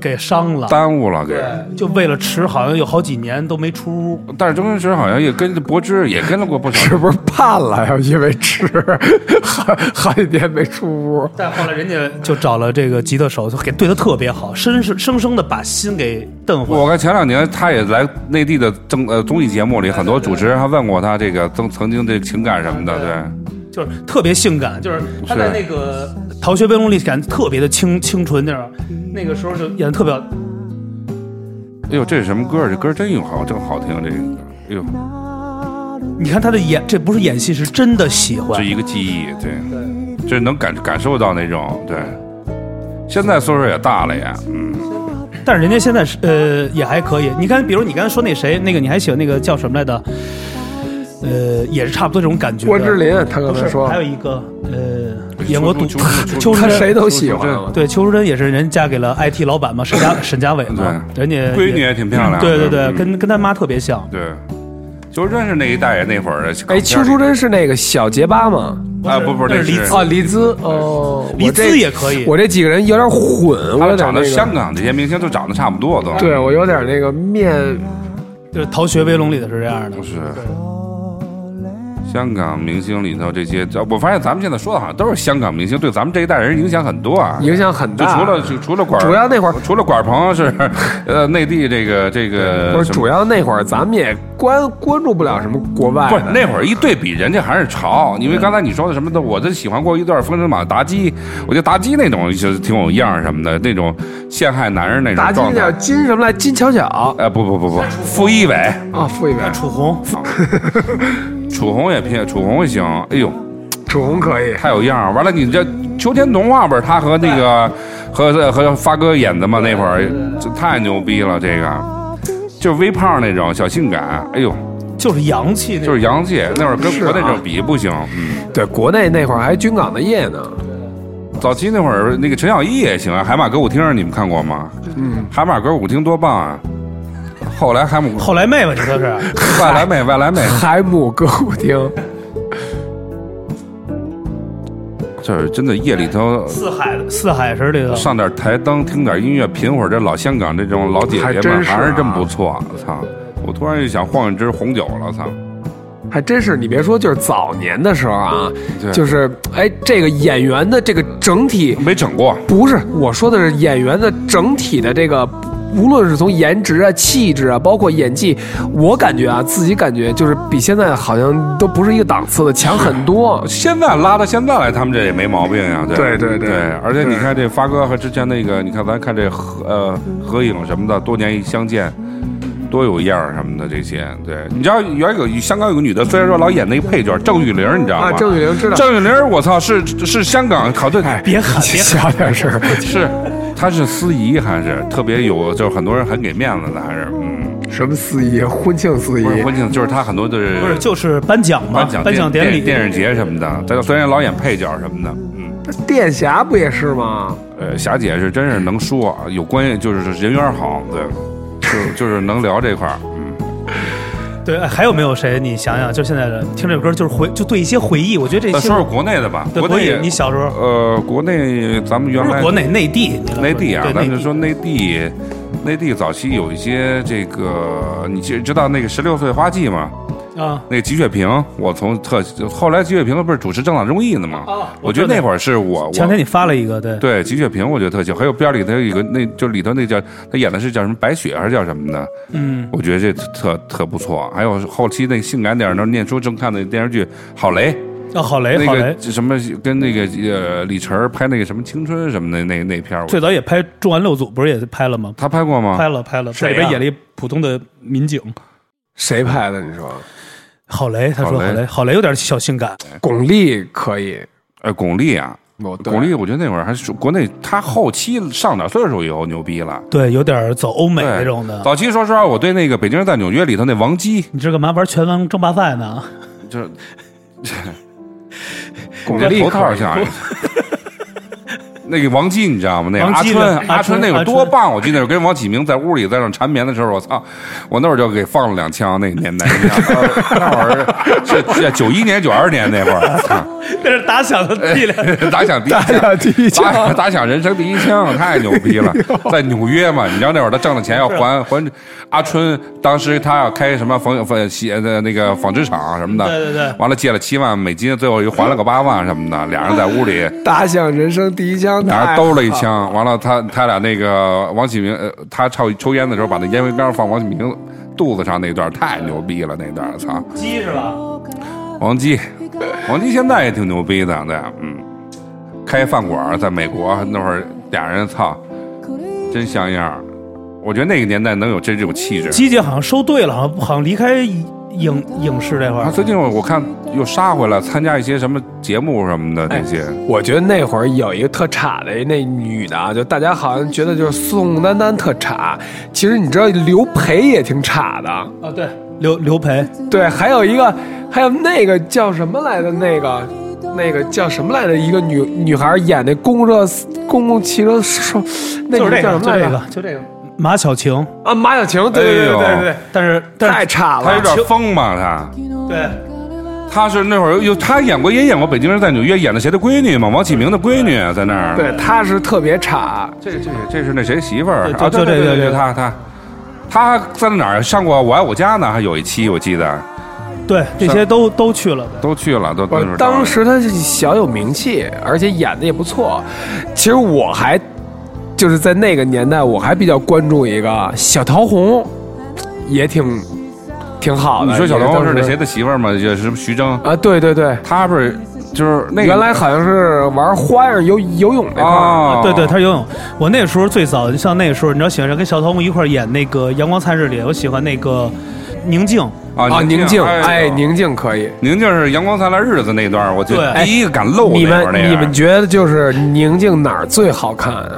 Speaker 1: 给伤了，
Speaker 2: 耽误了给，
Speaker 1: 就为了池好像有好几年都没出屋。
Speaker 2: 但是周星驰好像也跟着柏芝也跟了过不
Speaker 5: 是
Speaker 2: 少。
Speaker 5: 不是判了呀？因为吃 *laughs* 好好几天没出屋，
Speaker 1: 但后来人家就找了这个吉他手，就给对他特别好，生生生生的把心给瞪回来。
Speaker 2: 我看前两年他也来内地的综呃综艺节目里，很多主持人还问过他这个曾曾经这情感什么的，对，
Speaker 1: 就是特别性感，就是他
Speaker 2: 是
Speaker 1: 在那个《逃学威龙》里感觉特别的清清纯，那样那个时候就演的特别好。
Speaker 2: 哎呦这是什么歌儿？这歌儿真有好，真好听这个歌，哎呦。
Speaker 1: 你看他的演，这不是演戏，是真的喜欢
Speaker 2: 是。一个记忆，对，就是能感感受到那种，对。现在岁数也大了呀，嗯，
Speaker 1: 但是人家现在是呃也还可以。你看，比如你刚才说那谁，那个你还喜欢那个叫什么来着？呃，也是差不多这种感觉的。
Speaker 5: 郭志林他刚
Speaker 1: 不
Speaker 5: 才
Speaker 1: 是，
Speaker 5: 说
Speaker 1: 还有一个呃，演过赌
Speaker 2: 邱淑贞邱
Speaker 5: *laughs*
Speaker 1: 邱
Speaker 2: 淑
Speaker 1: 淑
Speaker 5: 他
Speaker 2: 贞
Speaker 1: 贞，
Speaker 5: 谁都喜欢
Speaker 2: 说，
Speaker 1: 对，邱淑贞也是人嫁给了 IT 老板嘛，沈家沈家伟嘛，人家
Speaker 2: 闺女也挺漂亮
Speaker 1: 对对对，
Speaker 2: 嗯
Speaker 1: 跟跟他妈特别像，
Speaker 2: 对。邱淑贞是那一代人那会儿的，
Speaker 5: 哎，邱淑贞是那个小结巴吗？
Speaker 2: 啊，不不，
Speaker 1: 那
Speaker 2: 那
Speaker 1: 是黎姿
Speaker 5: 啊，黎姿哦，
Speaker 1: 黎
Speaker 5: 我这
Speaker 1: 姿也可以，
Speaker 5: 我这几个人有点混，我
Speaker 2: 他
Speaker 5: 有
Speaker 2: 们
Speaker 5: 点
Speaker 2: 长
Speaker 5: 那
Speaker 2: 得香
Speaker 5: 个，
Speaker 2: 港这些明星都长得差不多都。
Speaker 5: 对我有点那个面
Speaker 2: 嗯
Speaker 1: 就是《逃学威龙》里的是这样的
Speaker 2: 都，是。香港明星里头这些，我发现咱们现在说的好像都是香港明星，对咱们这一代人影响很多啊。
Speaker 5: 影响很
Speaker 2: 就
Speaker 5: 大。
Speaker 2: 除了就除了管，
Speaker 5: 主要那会儿
Speaker 2: 除了管鹏是，呃，内地这个这个
Speaker 5: 不是
Speaker 2: 什么
Speaker 5: 主要那会儿咱们也关关注不了什么国外
Speaker 2: 不
Speaker 5: 的，
Speaker 2: 是那会儿一对比，人家还是潮。因为刚才你说的什么的，我真喜欢过一段《封神榜》妲己，我觉得妲己那种就是挺有样儿什么的，那种陷害男人那
Speaker 5: 妲
Speaker 2: 种
Speaker 5: 己
Speaker 2: 状
Speaker 5: 那叫
Speaker 2: 态。
Speaker 5: 金什么来？金巧巧
Speaker 2: 哎，不不不不，傅艺伟、
Speaker 5: 啊，傅艺伟、
Speaker 1: 楚红，
Speaker 2: 楚红也偏，楚红也行。哎呦，
Speaker 5: 楚红可以，
Speaker 2: 太有样儿。完了，你这秋天童话不是他和那个和和发哥演的吗？那会儿这太牛逼了，这个就是微胖那种小性感。哎呦，
Speaker 1: 就是洋气那
Speaker 2: 就
Speaker 1: 种，
Speaker 2: 是洋气。那会儿跟
Speaker 5: 是啊
Speaker 2: 国内这种比不行，嗯，
Speaker 5: 对，国内那会儿还军港的夜呢，
Speaker 2: 早期那会儿，那个陈小艺也行啊，海马歌舞厅你们看过吗？嗯，海马歌舞厅多棒啊！后来海姆
Speaker 1: 后来妹妹，你这是
Speaker 2: 外来妹，外来妹，
Speaker 5: 海姆歌舞厅，
Speaker 2: 就是真的夜里头
Speaker 1: 四海四海时里头，
Speaker 2: 上点台灯，听点音乐，品会儿这老香港这种老姐
Speaker 4: 还
Speaker 2: 姐
Speaker 4: 真
Speaker 2: 们，
Speaker 4: 是
Speaker 2: 还是真
Speaker 4: 啊
Speaker 2: 不错。操！我突然就想晃一支红酒了，操！
Speaker 5: 还真是你别说，就是早年的时候啊
Speaker 2: 对，
Speaker 5: 就是哎，这个演员的这个整体
Speaker 2: 没整过，
Speaker 5: 不是我说的是演员的整体的这个，无论是从颜值啊、气质啊，包括演技，我感觉啊，自己感觉就是比现在好像都不是一个档次的，强很多。
Speaker 2: 现在拉到现在来，他们这也没毛病呀、对
Speaker 5: 对对对
Speaker 2: 而且你看这发哥和之前那个，你看咱看这合呃合影什么的，多年一相见，多有样儿什么的这些。对，你知道原有香港有个女的，虽然说老演那个配角郑玉玲，你知道吗？
Speaker 5: 啊，郑雨玲知道，哎
Speaker 2: 郑玉玲，我操，是是香港考对，
Speaker 1: 别
Speaker 2: *laughs*
Speaker 1: 喊别喊，
Speaker 5: 小点声儿，
Speaker 2: 是她是司仪还是特别有，就是很多人很给面子的，还是嗯，
Speaker 5: 什么司仪，婚庆司 *laughs* 仪
Speaker 2: 不，是婚庆，就是她很多就是
Speaker 1: 不是就是颁奖嘛
Speaker 2: 颁奖，
Speaker 1: 颁奖典礼，
Speaker 2: 电视节什么的，她虽然老演配角什么的，嗯。
Speaker 5: 殿霞不也是吗？
Speaker 2: 呃，霞姐是真是能说，啊，有关系就是人缘好，对，
Speaker 1: *laughs*
Speaker 2: 就就是能聊这块儿。
Speaker 1: 对，哎还有没有谁？你想想，就现在的听这首歌，就是回，就对一些回忆。我觉得这
Speaker 2: 呃，
Speaker 1: 些
Speaker 2: 说说国内的吧，
Speaker 1: 对
Speaker 2: 国
Speaker 1: 国
Speaker 2: 内
Speaker 1: 内，
Speaker 2: 也
Speaker 1: 你小时候
Speaker 2: 呃，国内咱们原
Speaker 1: 不是
Speaker 2: 来
Speaker 1: 国内内地，
Speaker 2: 内地啊
Speaker 1: 对，
Speaker 2: 咱
Speaker 1: 内
Speaker 2: 们
Speaker 1: 地
Speaker 2: 说内地，内地早期有一些这个，你记知道那个十六岁花季吗？
Speaker 1: 啊，
Speaker 2: 那个吉雪萍，我从特后来吉雪萍不是主持政党综艺的吗？
Speaker 1: 哦
Speaker 2: 我
Speaker 1: 我
Speaker 2: 觉
Speaker 1: 知道
Speaker 2: 得那会儿是我
Speaker 1: 前
Speaker 2: 我
Speaker 1: 天你发了一个，对，
Speaker 2: 对吉雪萍，我觉得特喜欢，还有边儿里头有一个那就里头那叫他演的是叫什么白雪还是叫什么的？
Speaker 1: 嗯，
Speaker 2: 我觉得这特特不错。还有后期那性感点儿的，念书正看的电视剧《郝雷》，
Speaker 1: 啊，郝雷，
Speaker 2: 那
Speaker 1: 郝雷
Speaker 2: 个什么跟那个呃李晨儿拍那个什么青春什么的那那片儿，我
Speaker 1: 最早也拍《重案六组》，不是也拍了吗？
Speaker 2: 他拍过吗？
Speaker 1: 拍了，拍了，在里
Speaker 2: 啊谁呀
Speaker 1: 边演了一普通的民警。
Speaker 5: 谁拍的？你说，
Speaker 1: 郝雷，他说
Speaker 2: 郝
Speaker 1: 郝
Speaker 2: 雷
Speaker 1: 雷，郝雷有点小性感，
Speaker 5: 巩俐可以，
Speaker 2: 呃，巩俐啊，
Speaker 5: 我对
Speaker 2: 巩俐，我觉得那会儿还是国内，她后期上点岁数以后牛逼了。
Speaker 1: 对，有点走欧美
Speaker 2: 对，
Speaker 1: 那种的。
Speaker 2: 早期说实话，我对那个《北京人在纽约》里头那王姬，
Speaker 1: 你这干嘛玩拳王争霸赛呢？ *laughs*
Speaker 2: 就是
Speaker 5: 巩
Speaker 2: 你这
Speaker 5: 俐
Speaker 2: 头套
Speaker 5: 可以
Speaker 2: 像。啊 *laughs* 那个王姬你知道吗？那个
Speaker 1: 王
Speaker 2: 阿
Speaker 1: 姬
Speaker 2: 春
Speaker 1: 的，
Speaker 2: 阿
Speaker 1: 阿春
Speaker 2: 春那会儿
Speaker 1: 阿春
Speaker 2: 多棒！我记得那会儿跟王启明在屋里在那缠绵的时候，我操，我那会儿就给放了两枪。那个年代，你知道吗那会儿是是九一年、九二年那会儿，操
Speaker 1: 那是打响的力量。
Speaker 2: *laughs* 打响第一枪，哎打 *laughs* 打响人生第一枪，太牛逼 *laughs* 了！在纽约嘛，你知道那会儿他挣了钱要还还阿春，当时他要开什么纺纺洗呃那个纺织厂什么的，
Speaker 1: 对对对
Speaker 2: 完了借了七万美金，最后又还了个八万什么的，俩人在屋 *laughs* 里。
Speaker 5: 打响人生第一枪，
Speaker 2: 俩人
Speaker 5: 太
Speaker 2: 兜了一
Speaker 5: 好
Speaker 2: 枪，完了他他俩那个王启明，呃，他抽抽烟的时候把那烟灰缸放王启明肚子上那段太牛逼了，那段操，
Speaker 1: 鸡是吧？
Speaker 2: 王姬，王姬现在也挺牛逼的，对，嗯，开饭馆儿在美国那会儿俩人操，真像样儿我觉得那个年代能有这种气质。
Speaker 1: 鸡姐好像收队了，好像好像离开影影视这块
Speaker 2: 他
Speaker 1: 儿。
Speaker 2: 啊最近我看又杀回来参加一些什么节目什么的那些，
Speaker 1: 哎
Speaker 5: 我觉得那会儿有一个特差的那女的啊，就大家好像觉得就是宋丹丹特差，其实你知道刘培也挺差的。
Speaker 1: 啊，对，刘刘培，
Speaker 5: 对，还有一个，还有那个叫什么来的那个，那个叫什么来的一个女女孩演那公热公共汽车手，那
Speaker 1: 就是
Speaker 5: 女
Speaker 1: 这
Speaker 5: 的叫
Speaker 1: 个，
Speaker 5: 什
Speaker 1: 就
Speaker 5: 么来
Speaker 1: 这
Speaker 5: 着？
Speaker 1: 个，就这个马小晴。
Speaker 5: 啊，马小晴，对对对
Speaker 2: 哎呦
Speaker 5: 对对
Speaker 1: 但是
Speaker 5: 对，
Speaker 1: 但
Speaker 5: 太
Speaker 1: 是
Speaker 5: 差
Speaker 2: 他有
Speaker 5: 了。
Speaker 2: 点疯嘛，他
Speaker 1: 对，
Speaker 2: 他是那会儿有他演过也演过《北京人在纽约》，演的谁的闺女嘛？王启明的闺女啊在那儿。
Speaker 5: 对，她是特别差，
Speaker 2: 这这这是那谁媳妇儿
Speaker 1: 对
Speaker 2: 啊？
Speaker 1: 就就这
Speaker 2: 对对
Speaker 1: 这这
Speaker 2: 他他他在哪儿上过《我爱我家》呢？还有一期我记得
Speaker 1: 对，这些都都去了。
Speaker 2: 都去了，都都
Speaker 5: 我
Speaker 2: 是
Speaker 5: 当时他是小有名气，而且演的也不错。其实我还就是在那个年代，我还比较关注一个小桃红，也挺挺好的。
Speaker 2: 你说小桃
Speaker 5: 桃
Speaker 2: 红是那谁的媳妇儿吗？就是什么徐峥，
Speaker 5: 啊？对对对，
Speaker 2: 他不是就是那个
Speaker 5: 原来好像是玩花样游游泳那块儿。
Speaker 2: 啊，
Speaker 1: 对对，他游泳。我那时候最早，像那时候，你知道喜欢谁？跟小童一块儿演那个《阳光灿日》里，我喜欢那个宁静。
Speaker 2: 啊
Speaker 5: 啊，宁静，哎，
Speaker 2: 宁
Speaker 5: 宁静可以。
Speaker 2: 宁静是《阳光灿烂日子》那段，我觉得
Speaker 1: 对
Speaker 2: 第一个敢露
Speaker 5: 你
Speaker 2: 那会儿那
Speaker 5: 们
Speaker 2: 样
Speaker 5: 你们觉得就是宁静哪儿最好看啊？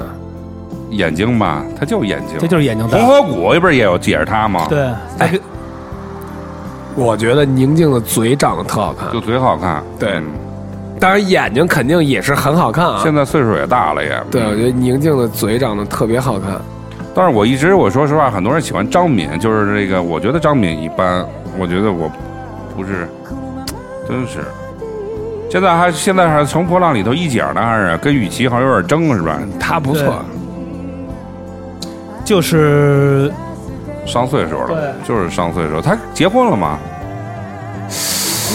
Speaker 2: 眼睛吧，他就眼睛，
Speaker 1: 这就是眼睛大
Speaker 2: 红。河谷不是也有也是他吗？，
Speaker 1: 对，他
Speaker 5: 哎
Speaker 1: 跟
Speaker 5: 我觉得宁静的嘴长得特好看
Speaker 2: 就，嘴好看，
Speaker 5: 对
Speaker 2: 嗯
Speaker 5: 当然眼睛肯定也是很好看啊。
Speaker 2: 现在岁数也大了也。嗯
Speaker 5: 对，我觉得宁静的嘴长得特别好看，
Speaker 2: 但是我一直我说实话，很多人喜欢张敏，就是这个，我觉得张敏一般，我觉得我不是，真是。现在还现在还是《乘风破浪》里头一姐呢，还是跟雨琦好像有点争是吧？
Speaker 5: 她不错。
Speaker 1: 就是
Speaker 2: 上岁数了，就是上岁数。她结婚了吗？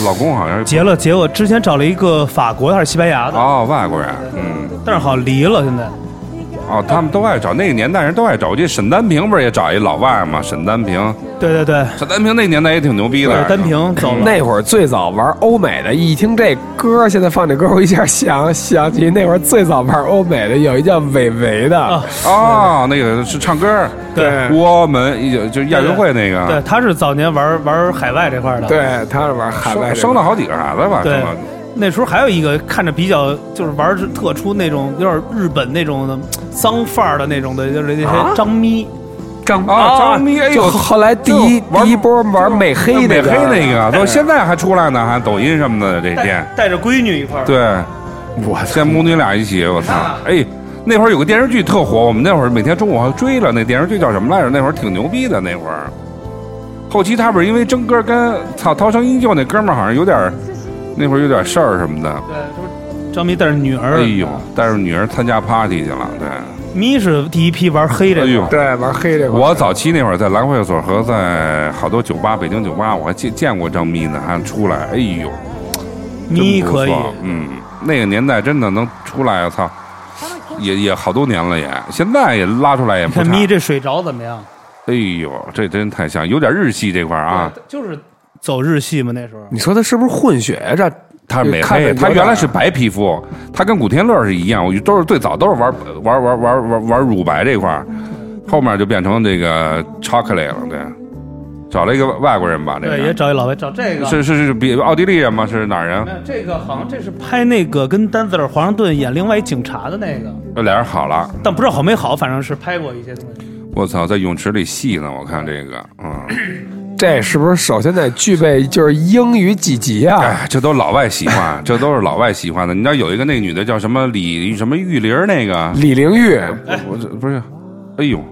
Speaker 2: 老公好像是
Speaker 1: 结了结我之前找了一个法国还是西班牙的，
Speaker 2: 哦，外国人，嗯，
Speaker 1: 但是好像离了现在。
Speaker 2: 哦，他们都爱找那个年代人都爱找。我记得沈丹平不是也找一老外吗？沈丹平，
Speaker 1: 对对对，
Speaker 2: 沈丹平那年代也挺牛逼的。
Speaker 1: 对单平走了。
Speaker 5: 那会儿最早玩欧美的，一听这歌，现在放这歌，我一下想想起那会儿最早玩欧美的，有一叫韦唯的，
Speaker 1: 啊
Speaker 2: 哦，那个是唱歌儿，
Speaker 1: 对
Speaker 2: 我们一就亚运会那
Speaker 1: 对，
Speaker 2: 个，
Speaker 1: 他是早年玩玩海外这块的。，
Speaker 5: 对，他是玩海外
Speaker 2: 生
Speaker 5: 的
Speaker 2: 生了好几个孩子吧？
Speaker 1: 对
Speaker 2: 生了
Speaker 1: 那时候还有一个看着比较就是玩儿特出那种有点日本那种的脏范儿的那种的，就是那些张咪。
Speaker 5: 张
Speaker 2: 啊张咪哎呦
Speaker 5: 就后来第一
Speaker 2: 就玩
Speaker 5: 第一波玩美黑
Speaker 2: 那美
Speaker 5: 那
Speaker 2: 黑那个，到现在还出来呢，还抖音什么的这
Speaker 1: 带
Speaker 2: 店。
Speaker 1: 带着闺女一块儿。
Speaker 2: 对，我现在母女俩一起，我操！哎，那会儿有个电视剧特火，我们那会儿每天中午还追了。那电视剧叫什么来着？那会儿挺牛逼的。那会儿，后期他不是因为争歌跟操涛声依旧那哥们儿好像有点儿，那会儿有点事儿什么的。
Speaker 1: 对，就是张咪带着女
Speaker 2: 哎
Speaker 1: 儿，
Speaker 2: 呦，带着女儿参加 party 去了。对，
Speaker 1: 咪是第一批玩黑这
Speaker 2: 哎
Speaker 1: 个
Speaker 2: 呦。
Speaker 5: 对玩黑这块儿
Speaker 2: 我早期那会儿在兰会所和在好多酒吧，北京酒吧，我还见见过张咪呢，还出来，哎呦，
Speaker 1: 咪
Speaker 2: 真不
Speaker 1: 可以，
Speaker 2: 错嗯，那个年代真的能出来，我操，也也好多年了也，现在也拉出来也
Speaker 1: 你
Speaker 2: 不
Speaker 1: 看
Speaker 2: 差。
Speaker 1: 咪这水着怎么样？
Speaker 2: 哎呦，这真太像，有点日系这块儿啊，
Speaker 1: 对，就是走日系嘛那时候。
Speaker 5: 你说他是不是混血呀？这
Speaker 2: 他是美
Speaker 5: 看着
Speaker 2: 黑，
Speaker 5: 有
Speaker 2: 他
Speaker 5: 点
Speaker 2: 原来是白皮肤，他跟古天乐是一样，我都是最早都是玩玩玩玩玩玩乳白这块儿，后面就变成这个 chocolate 了，对，找了一个外国人吧，这
Speaker 1: 对，也
Speaker 2: 个
Speaker 1: 找一老外，找这个。
Speaker 2: 是是是比奥地利人吗？是哪儿人
Speaker 1: 没？有这个好像这是拍那个跟丹泽尔华盛顿演另外一警察的那个，
Speaker 2: 这俩人好了，
Speaker 1: 但不知道好没好，反正是嗯拍过一些东西。
Speaker 2: 我操，在泳池里戏呢，我看这个，嗯。
Speaker 5: 这是不是首先得具备就是英语几级啊？
Speaker 2: 哎，这都老外喜欢，这都是老外喜欢的。你知道有一个那女的叫什么李什么玉玲儿那个，
Speaker 5: 李玲玉，
Speaker 2: 我这不是，哎呦，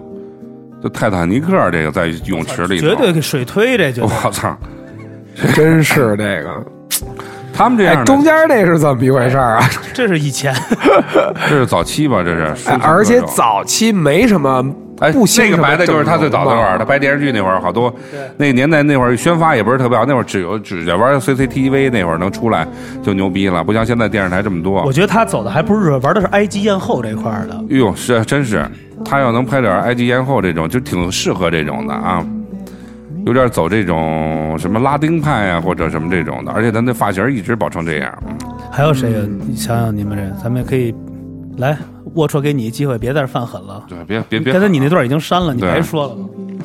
Speaker 2: 这泰坦尼克这个在泳池里头，
Speaker 1: 绝对给水推这就。
Speaker 2: 我操，
Speaker 5: *laughs* 真是这个。
Speaker 2: 他们这样
Speaker 5: 哎
Speaker 2: 的、，
Speaker 5: 中间那是怎么一回事儿啊？
Speaker 1: 这是以前
Speaker 2: 这是早期吧，这是，
Speaker 5: 哎，而且早期没什么
Speaker 2: 哎，
Speaker 5: 不兴
Speaker 2: 那个
Speaker 5: 什么
Speaker 2: 白的就是他最早的那会儿，
Speaker 5: 整容
Speaker 2: 他
Speaker 5: 嘛
Speaker 2: 拍电视剧那会儿好多，那个年代那会儿宣发也不是特别好，那会儿只有只要玩 CCTV 那会儿能出来就牛逼了，不像现在电视台这么多
Speaker 1: 我。觉得他走的还不是玩的是埃及艳后这块儿的，
Speaker 2: 哎呦，是真是，他要能拍点埃及艳后这种，就挺适合这种的啊，有点走这种什么拉丁派啊，或者什么这种的，而且他那发型一直保持这样。嗯
Speaker 1: 还有谁呀？你想想你们这，咱们也可以来，龌龊给你一机会，别在这犯狠了。
Speaker 2: 对，别别别，
Speaker 1: 刚才你那段已经删了，你
Speaker 2: 对
Speaker 1: 别说了吧。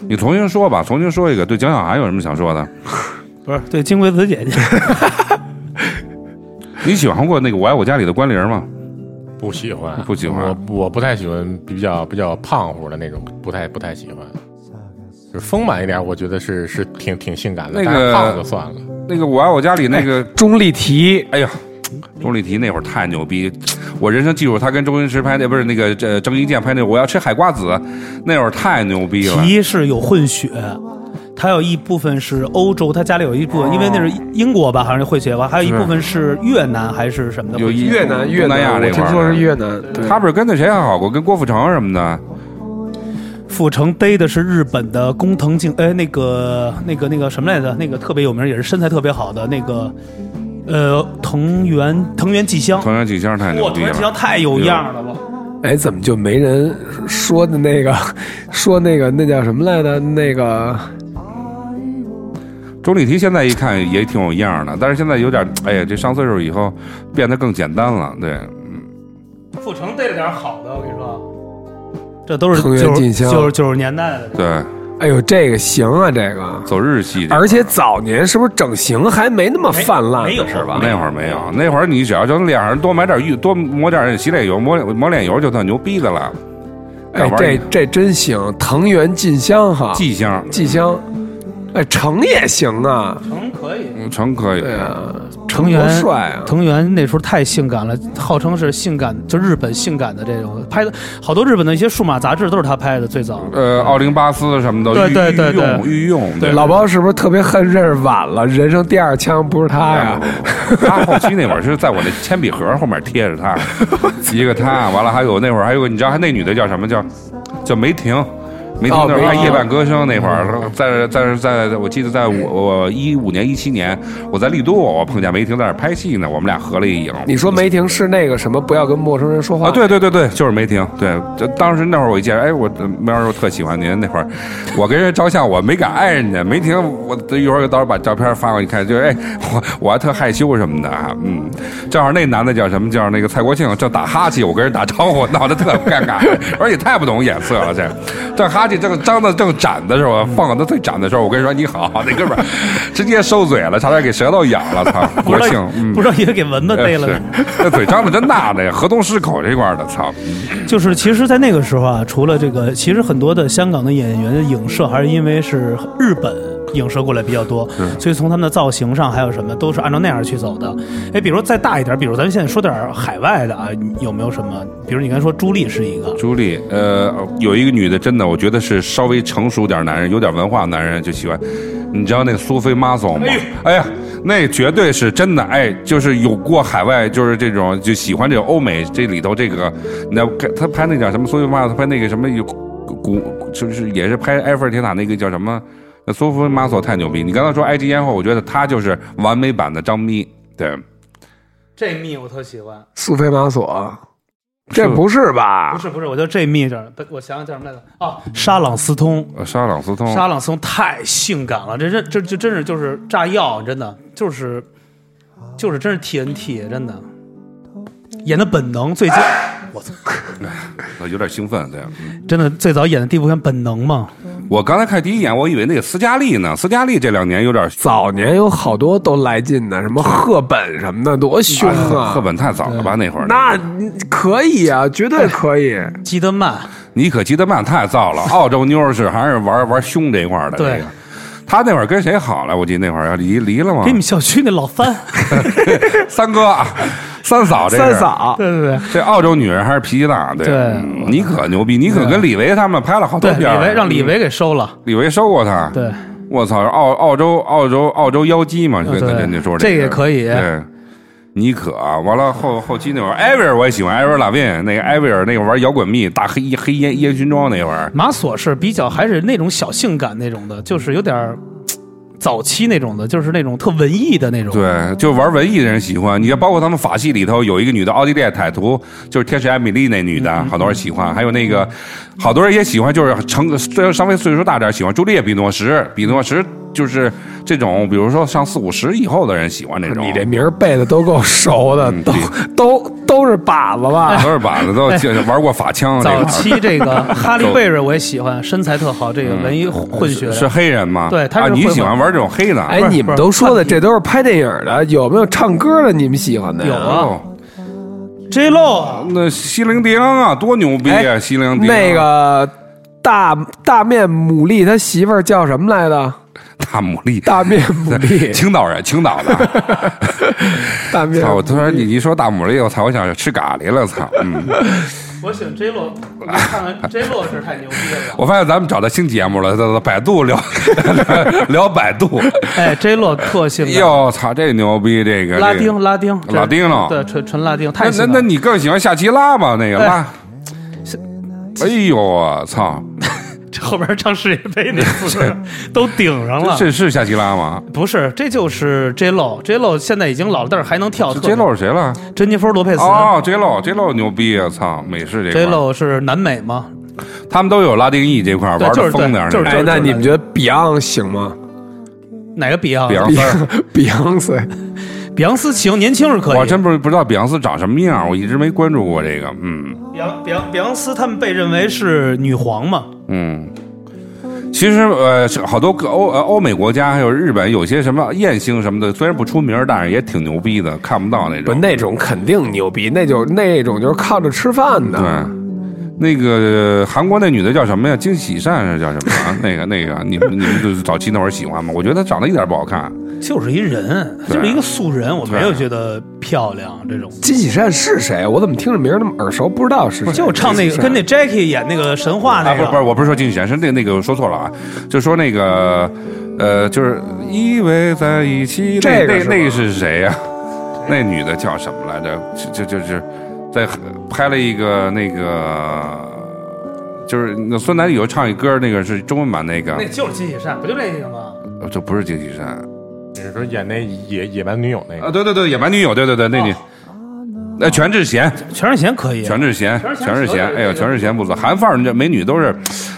Speaker 2: 你重新说吧，重新说一个。对蒋小涵有什么想说的？
Speaker 1: 不是对金龟子姐姐，
Speaker 2: 你喜欢过那个《我爱我家》里的关凌吗？
Speaker 4: 不喜欢，
Speaker 2: 不喜欢
Speaker 4: 我我不太喜欢比较比较胖乎的那种，不太不太喜欢。就是丰满一点，我觉得是是挺挺性感的，
Speaker 2: 那个
Speaker 4: 但是胖就算了。
Speaker 2: 那个《我爱我家》里那个，
Speaker 5: 钟丽缇，
Speaker 2: 哎呀。钟丽缇那会儿太牛逼，我人生记住她跟周星驰拍那不是那个呃郑伊健拍那个我要吃海瓜子，那会儿太牛逼了。
Speaker 1: 皮是有混血，他有一部分是欧洲，他家里有一部分，因为那是英国吧，好像是混血吧，还有一部分是越南还是什么的
Speaker 2: 有
Speaker 1: 混血。
Speaker 2: 一
Speaker 5: 越南越
Speaker 2: 东南亚
Speaker 5: 南，
Speaker 2: 这块
Speaker 5: 我听
Speaker 2: 儿
Speaker 5: 说
Speaker 2: 的
Speaker 5: 是越南，对
Speaker 2: 他不是跟那谁还好过，跟郭富城什么的。
Speaker 1: 阜城逮的是日本的工藤静，哎，那个那个那个什么来着？那个特别有名，也是身材特别好的那个，呃，藤原藤原纪香。
Speaker 2: 同样几箱太牛
Speaker 1: 哇，藤
Speaker 2: 逼
Speaker 1: 原纪香
Speaker 2: 了。
Speaker 1: 太有样了吧！
Speaker 5: 哎，怎么就没人说的那个，说那个那叫什么来着？那个
Speaker 2: 钟丽缇现在一看也挺有样儿的，但是现在有点，哎呀，这上岁数以后变得更简单了。对，
Speaker 1: 阜城逮了点好的，我跟你说，这都是
Speaker 5: 藤原
Speaker 1: 九
Speaker 5: 纪
Speaker 1: 十
Speaker 5: 香
Speaker 1: 九十九十年代的。
Speaker 2: 对，
Speaker 5: 哎呦，这个行啊，这个，
Speaker 2: 走日系这块儿。
Speaker 5: 而且早年是不是整形还没那么泛滥，
Speaker 1: 没有
Speaker 5: 是吧？
Speaker 2: 那会儿没有，那会儿你只要就脸上多买点浴，多抹点洗脸油，抹抹脸油就算牛逼的了。
Speaker 5: 哎
Speaker 2: 干，玩
Speaker 5: 这
Speaker 2: 意
Speaker 5: 这真行，藤原进香哈，
Speaker 2: 季香，
Speaker 5: 纪香，哎，成也行啊，
Speaker 1: 成可以。
Speaker 2: 嗯成可以。
Speaker 5: 对啊，
Speaker 1: 藤
Speaker 5: 多
Speaker 1: 原
Speaker 5: 帅啊！
Speaker 1: 藤原那时候太性感了，号称是性感，就日本性感的这种拍的，好多日本的一些数码杂志都是他拍的，最早。
Speaker 2: 呃，奥林巴斯什么的，
Speaker 1: 对
Speaker 2: 御
Speaker 1: 对对
Speaker 2: 御用御用，对
Speaker 5: 老包是不是特别恨认识晚了？人生第二啊枪不是他
Speaker 2: 哎
Speaker 5: 呀？
Speaker 2: 他后期那会儿是在我那铅笔盒后面贴着他，一个他，完了还有那会儿还有个你知道还那女的叫什么叫叫梅婷。梅婷
Speaker 5: 哦
Speaker 2: 那会儿
Speaker 5: 梅
Speaker 2: 拍
Speaker 5: 婷
Speaker 2: 夜半歌声那会儿，在在在，我记得在我我一五年一七年，我在丽都，我碰见梅婷在那儿拍戏呢，我们俩合了一影。
Speaker 5: 你说梅婷是那个什么？不要跟陌生人说话
Speaker 2: 啊，对对对对，就是梅婷。对，就当时那会儿我一见，哎，我呃苗儿我特喜欢您。那会儿我跟人照相，我没敢爱人家。梅婷，我一会儿到时候把照片发过去看，就是哎，我我还特害羞什么的啊。嗯，正好那男的叫什么？叫那个蔡国庆，正打哈欠，我跟人打招呼，闹得特尴尬， *laughs* 而且太不懂眼色了。这这哈欠正张的正展的时候，放到他最展的时候，我跟人说你好，那哥们儿直接收嘴了，差点给舌头咬了。
Speaker 5: *laughs*
Speaker 2: 操，国
Speaker 1: 不知
Speaker 2: 庆
Speaker 1: 道，
Speaker 2: 嗯
Speaker 1: 不。知道也给蚊 *laughs* 子逮了
Speaker 2: 是
Speaker 1: 呢。，
Speaker 2: 那嘴张的真大呢，河东狮口这块儿的，操！
Speaker 1: 就是其实，在那个时候啊，除了这个，其实很多的香港的演员的影射，还是因为是日本影射过来比较多，所以从他们的造型上还有什么，都是按照那样去走的。哎，比如再大一点，比如咱们现在说点儿海外的啊，你有没有什么？比如你刚才说朱莉是一个，
Speaker 2: 朱莉，呃，有一个女的，真的，我觉得是稍微成熟点男人，有点文化男人就喜欢。你知道那个苏菲玛索吗？哎呀，那绝对是真的，哎，就是有过海外，就是这种就喜欢这种欧美这里头这个，那他拍那叫什么苏菲玛索，他拍那个什么有古，就是也是拍埃菲尔铁塔那个叫什么？那苏菲玛索太牛逼！你刚才说埃及艳后，我觉得她就是完美版的张咪，对，
Speaker 1: 这蜜我特喜欢，
Speaker 5: 苏菲玛索，这不是吧
Speaker 1: 不？是不是，我就这蜜这儿，我想想叫什么来着？哦，沙朗斯通，
Speaker 2: 呃莎朗斯通，
Speaker 1: 沙朗斯通太性感了，这这这这真是就是炸药，真的就是就是真是 TNT，真的演的本能最近，我操，
Speaker 2: 有点兴奋，对。
Speaker 1: 真的最早演的第一部片《本能》嘛，
Speaker 2: 我刚才看第一眼，我以为那个斯嘉丽呢，斯嘉丽这两年有点
Speaker 5: 早年有好多都来劲的，什么赫本什么的，多凶
Speaker 1: 嗯
Speaker 5: 啊！
Speaker 2: 哎赫本太哎早了吧？那会儿
Speaker 5: 那可以啊，绝对可以。
Speaker 1: 基德曼
Speaker 2: 尼可基德曼太燥了，澳洲妞儿是还是玩玩凶这一块儿的。
Speaker 1: 对
Speaker 2: 这个，他那会儿跟谁好了？我记得那会儿离离了吗
Speaker 1: 给？你们小区那老三，
Speaker 2: 三哥、啊三嫂这是
Speaker 5: 三。嫂，
Speaker 1: 对对 *laughs* 对。
Speaker 2: 这澳洲女人还是脾气大，对
Speaker 1: 对
Speaker 2: 嗯尼可牛逼，尼可跟李维他们拍了好
Speaker 1: 对，
Speaker 2: 多
Speaker 1: 李
Speaker 2: 片儿
Speaker 1: 维让李维给收了。
Speaker 2: 李维收过她。
Speaker 1: 对，啊
Speaker 2: 我操，澳澳洲澳洲澳洲妖姬嘛，跟
Speaker 1: 对
Speaker 2: 跟人家说
Speaker 1: 这
Speaker 2: 个
Speaker 1: 也可以
Speaker 2: 对，尼可完了后后期
Speaker 1: *laughs*
Speaker 2: 那会儿，艾薇儿我也喜欢，艾薇儿拉宾那个艾薇儿那个玩摇滚蜜，大黑黑烟烟熏妆那会儿，
Speaker 1: 马索是比较还是那种小性感那种的，就是有点儿嘖早期那种的，就是那种特文艺的那种。
Speaker 2: 对，就玩文艺的人喜欢。你看，包括他们法系里头有一个女的，奥地利歹徒，就是天使艾米丽那女的，
Speaker 1: 嗯
Speaker 2: 好多人喜欢。还有那个，好多人也喜欢，就是成虽然稍微岁数大点儿喜欢朱丽叶·比诺什，比诺什就是这种，比如说上四五十以后的人喜欢这种。
Speaker 5: 你这名儿背的都够熟的，
Speaker 2: 嗯哎
Speaker 5: 都 *laughs* 都都是靶子吧？
Speaker 2: 都是板子，都玩过法枪这块
Speaker 1: *laughs* 早
Speaker 2: 儿。
Speaker 1: 期这个哈利贝瑞我也喜欢，身材特好，这个文艺混血。
Speaker 2: 是黑人吗？
Speaker 1: 对他是
Speaker 2: 啊，你
Speaker 1: 混
Speaker 2: 喜欢
Speaker 1: 混
Speaker 2: 玩这种黑的？啊
Speaker 5: 哎，你们都说的这都是拍电影的，有没有唱歌的？你们喜欢的呀？
Speaker 1: 有啊
Speaker 2: 哦，
Speaker 1: J Lo 啊
Speaker 2: 那西陵迪昂啊，多牛逼啊！
Speaker 5: 哎
Speaker 2: 西陵迪昂
Speaker 5: 那个大大面牡蛎，他媳妇儿叫什么来着？
Speaker 2: 大牡蛎，
Speaker 5: 大面牡
Speaker 2: *laughs*
Speaker 5: 蛎，
Speaker 2: 青岛人，青岛的。
Speaker 1: *laughs*
Speaker 5: 大面
Speaker 2: 操！我突然你一说大牡蛎，我操！我想吃咖喱了，操！嗯，
Speaker 1: 我喜欢 J Lo，我看看 J Lo 是太牛逼了。
Speaker 2: 我发现咱们找到新节目了，在百度聊 *laughs* 聊百度。
Speaker 1: 哎，J Lo 特性感，
Speaker 2: 哟，操！这牛逼，这个
Speaker 1: 拉
Speaker 2: 这个
Speaker 1: 丁拉丁
Speaker 2: 拉丁了
Speaker 1: 对，纯纯拉丁，
Speaker 2: 那
Speaker 1: 太
Speaker 2: 那
Speaker 1: 性
Speaker 2: 那
Speaker 1: 感了。
Speaker 2: 你更喜欢夏奇拉吧？那个
Speaker 1: 哎
Speaker 2: 拉。哎呦我操！
Speaker 1: 这 *laughs* 后边唱世界杯那不是都顶上了？
Speaker 2: 这是夏奇拉吗？
Speaker 1: 不是，这就是 J Lo，J Lo 现在已经老了，但是还能跳。
Speaker 2: 这 J Lo 是谁了？
Speaker 1: 珍妮弗·罗佩斯
Speaker 2: 哦，J Lo，J Lo 牛逼啊！操，美式这块
Speaker 1: ，J
Speaker 2: 儿
Speaker 1: Lo 是南美吗？
Speaker 2: 他们都有拉丁裔这块儿
Speaker 1: 对
Speaker 2: 玩
Speaker 1: 就是
Speaker 2: 的疯
Speaker 1: 对
Speaker 2: 点，
Speaker 1: 就是
Speaker 5: 哎，那你们觉得 Beyond 行吗
Speaker 1: 哪哎个比昂？
Speaker 2: 比昂斯儿，
Speaker 5: *laughs* ？Beyond
Speaker 1: 比昂斯行，年轻是可以。
Speaker 2: 我真不不知道比昂斯长什么样，我一直没关注过这个。嗯
Speaker 1: 比昂比昂比昂斯他们被认为是女皇嘛？
Speaker 2: 嗯，其实呃，是好多个欧呃欧美国家还有日本，有些什么艳星什么的，虽然不出名儿，但是也挺牛逼的，看不到那
Speaker 5: 不
Speaker 2: 种。
Speaker 5: 那种肯定牛逼，那就那种就是靠着吃饭的。
Speaker 2: 对，嗯那个韩国那女的叫什么呀？金喜善是叫什么啊？那个那个，你们你们就是早期那会儿喜欢吗？我觉得她长得一点不好看，
Speaker 1: 就是一人，
Speaker 2: 对
Speaker 1: 就是一个素人，我
Speaker 2: 对
Speaker 1: 没有觉得漂亮这种。
Speaker 5: 金喜善是谁？我怎么听着名儿那么耳熟，不知道是谁？
Speaker 1: 就唱那个跟那 Jackie 演那个神话那
Speaker 2: 啊，不是不是，
Speaker 1: 个，
Speaker 2: 我不是说金喜善，是那那个说错了啊，就说那个呃，就是依偎在一起，那
Speaker 5: 这个
Speaker 2: 那
Speaker 5: 是
Speaker 2: 那
Speaker 5: 吧
Speaker 2: 是谁呀、那女的叫什么来着？就就就是在拍了一个那个。就是那孙楠有唱一歌，那个是中文版那个，
Speaker 1: 就是金喜善，不就那个吗？
Speaker 2: 呃这不是金喜善
Speaker 4: 你是说演那野野蛮女友那
Speaker 2: 啊，
Speaker 4: 个？
Speaker 2: 对对对，野蛮女友，对对对，那女，那全智贤，
Speaker 1: 全智贤可以，
Speaker 2: 全智贤，全
Speaker 1: 全
Speaker 2: 智
Speaker 1: 智
Speaker 2: 贤
Speaker 1: 贤，
Speaker 2: 哎呦，全智贤不错。韩范儿这美女都是，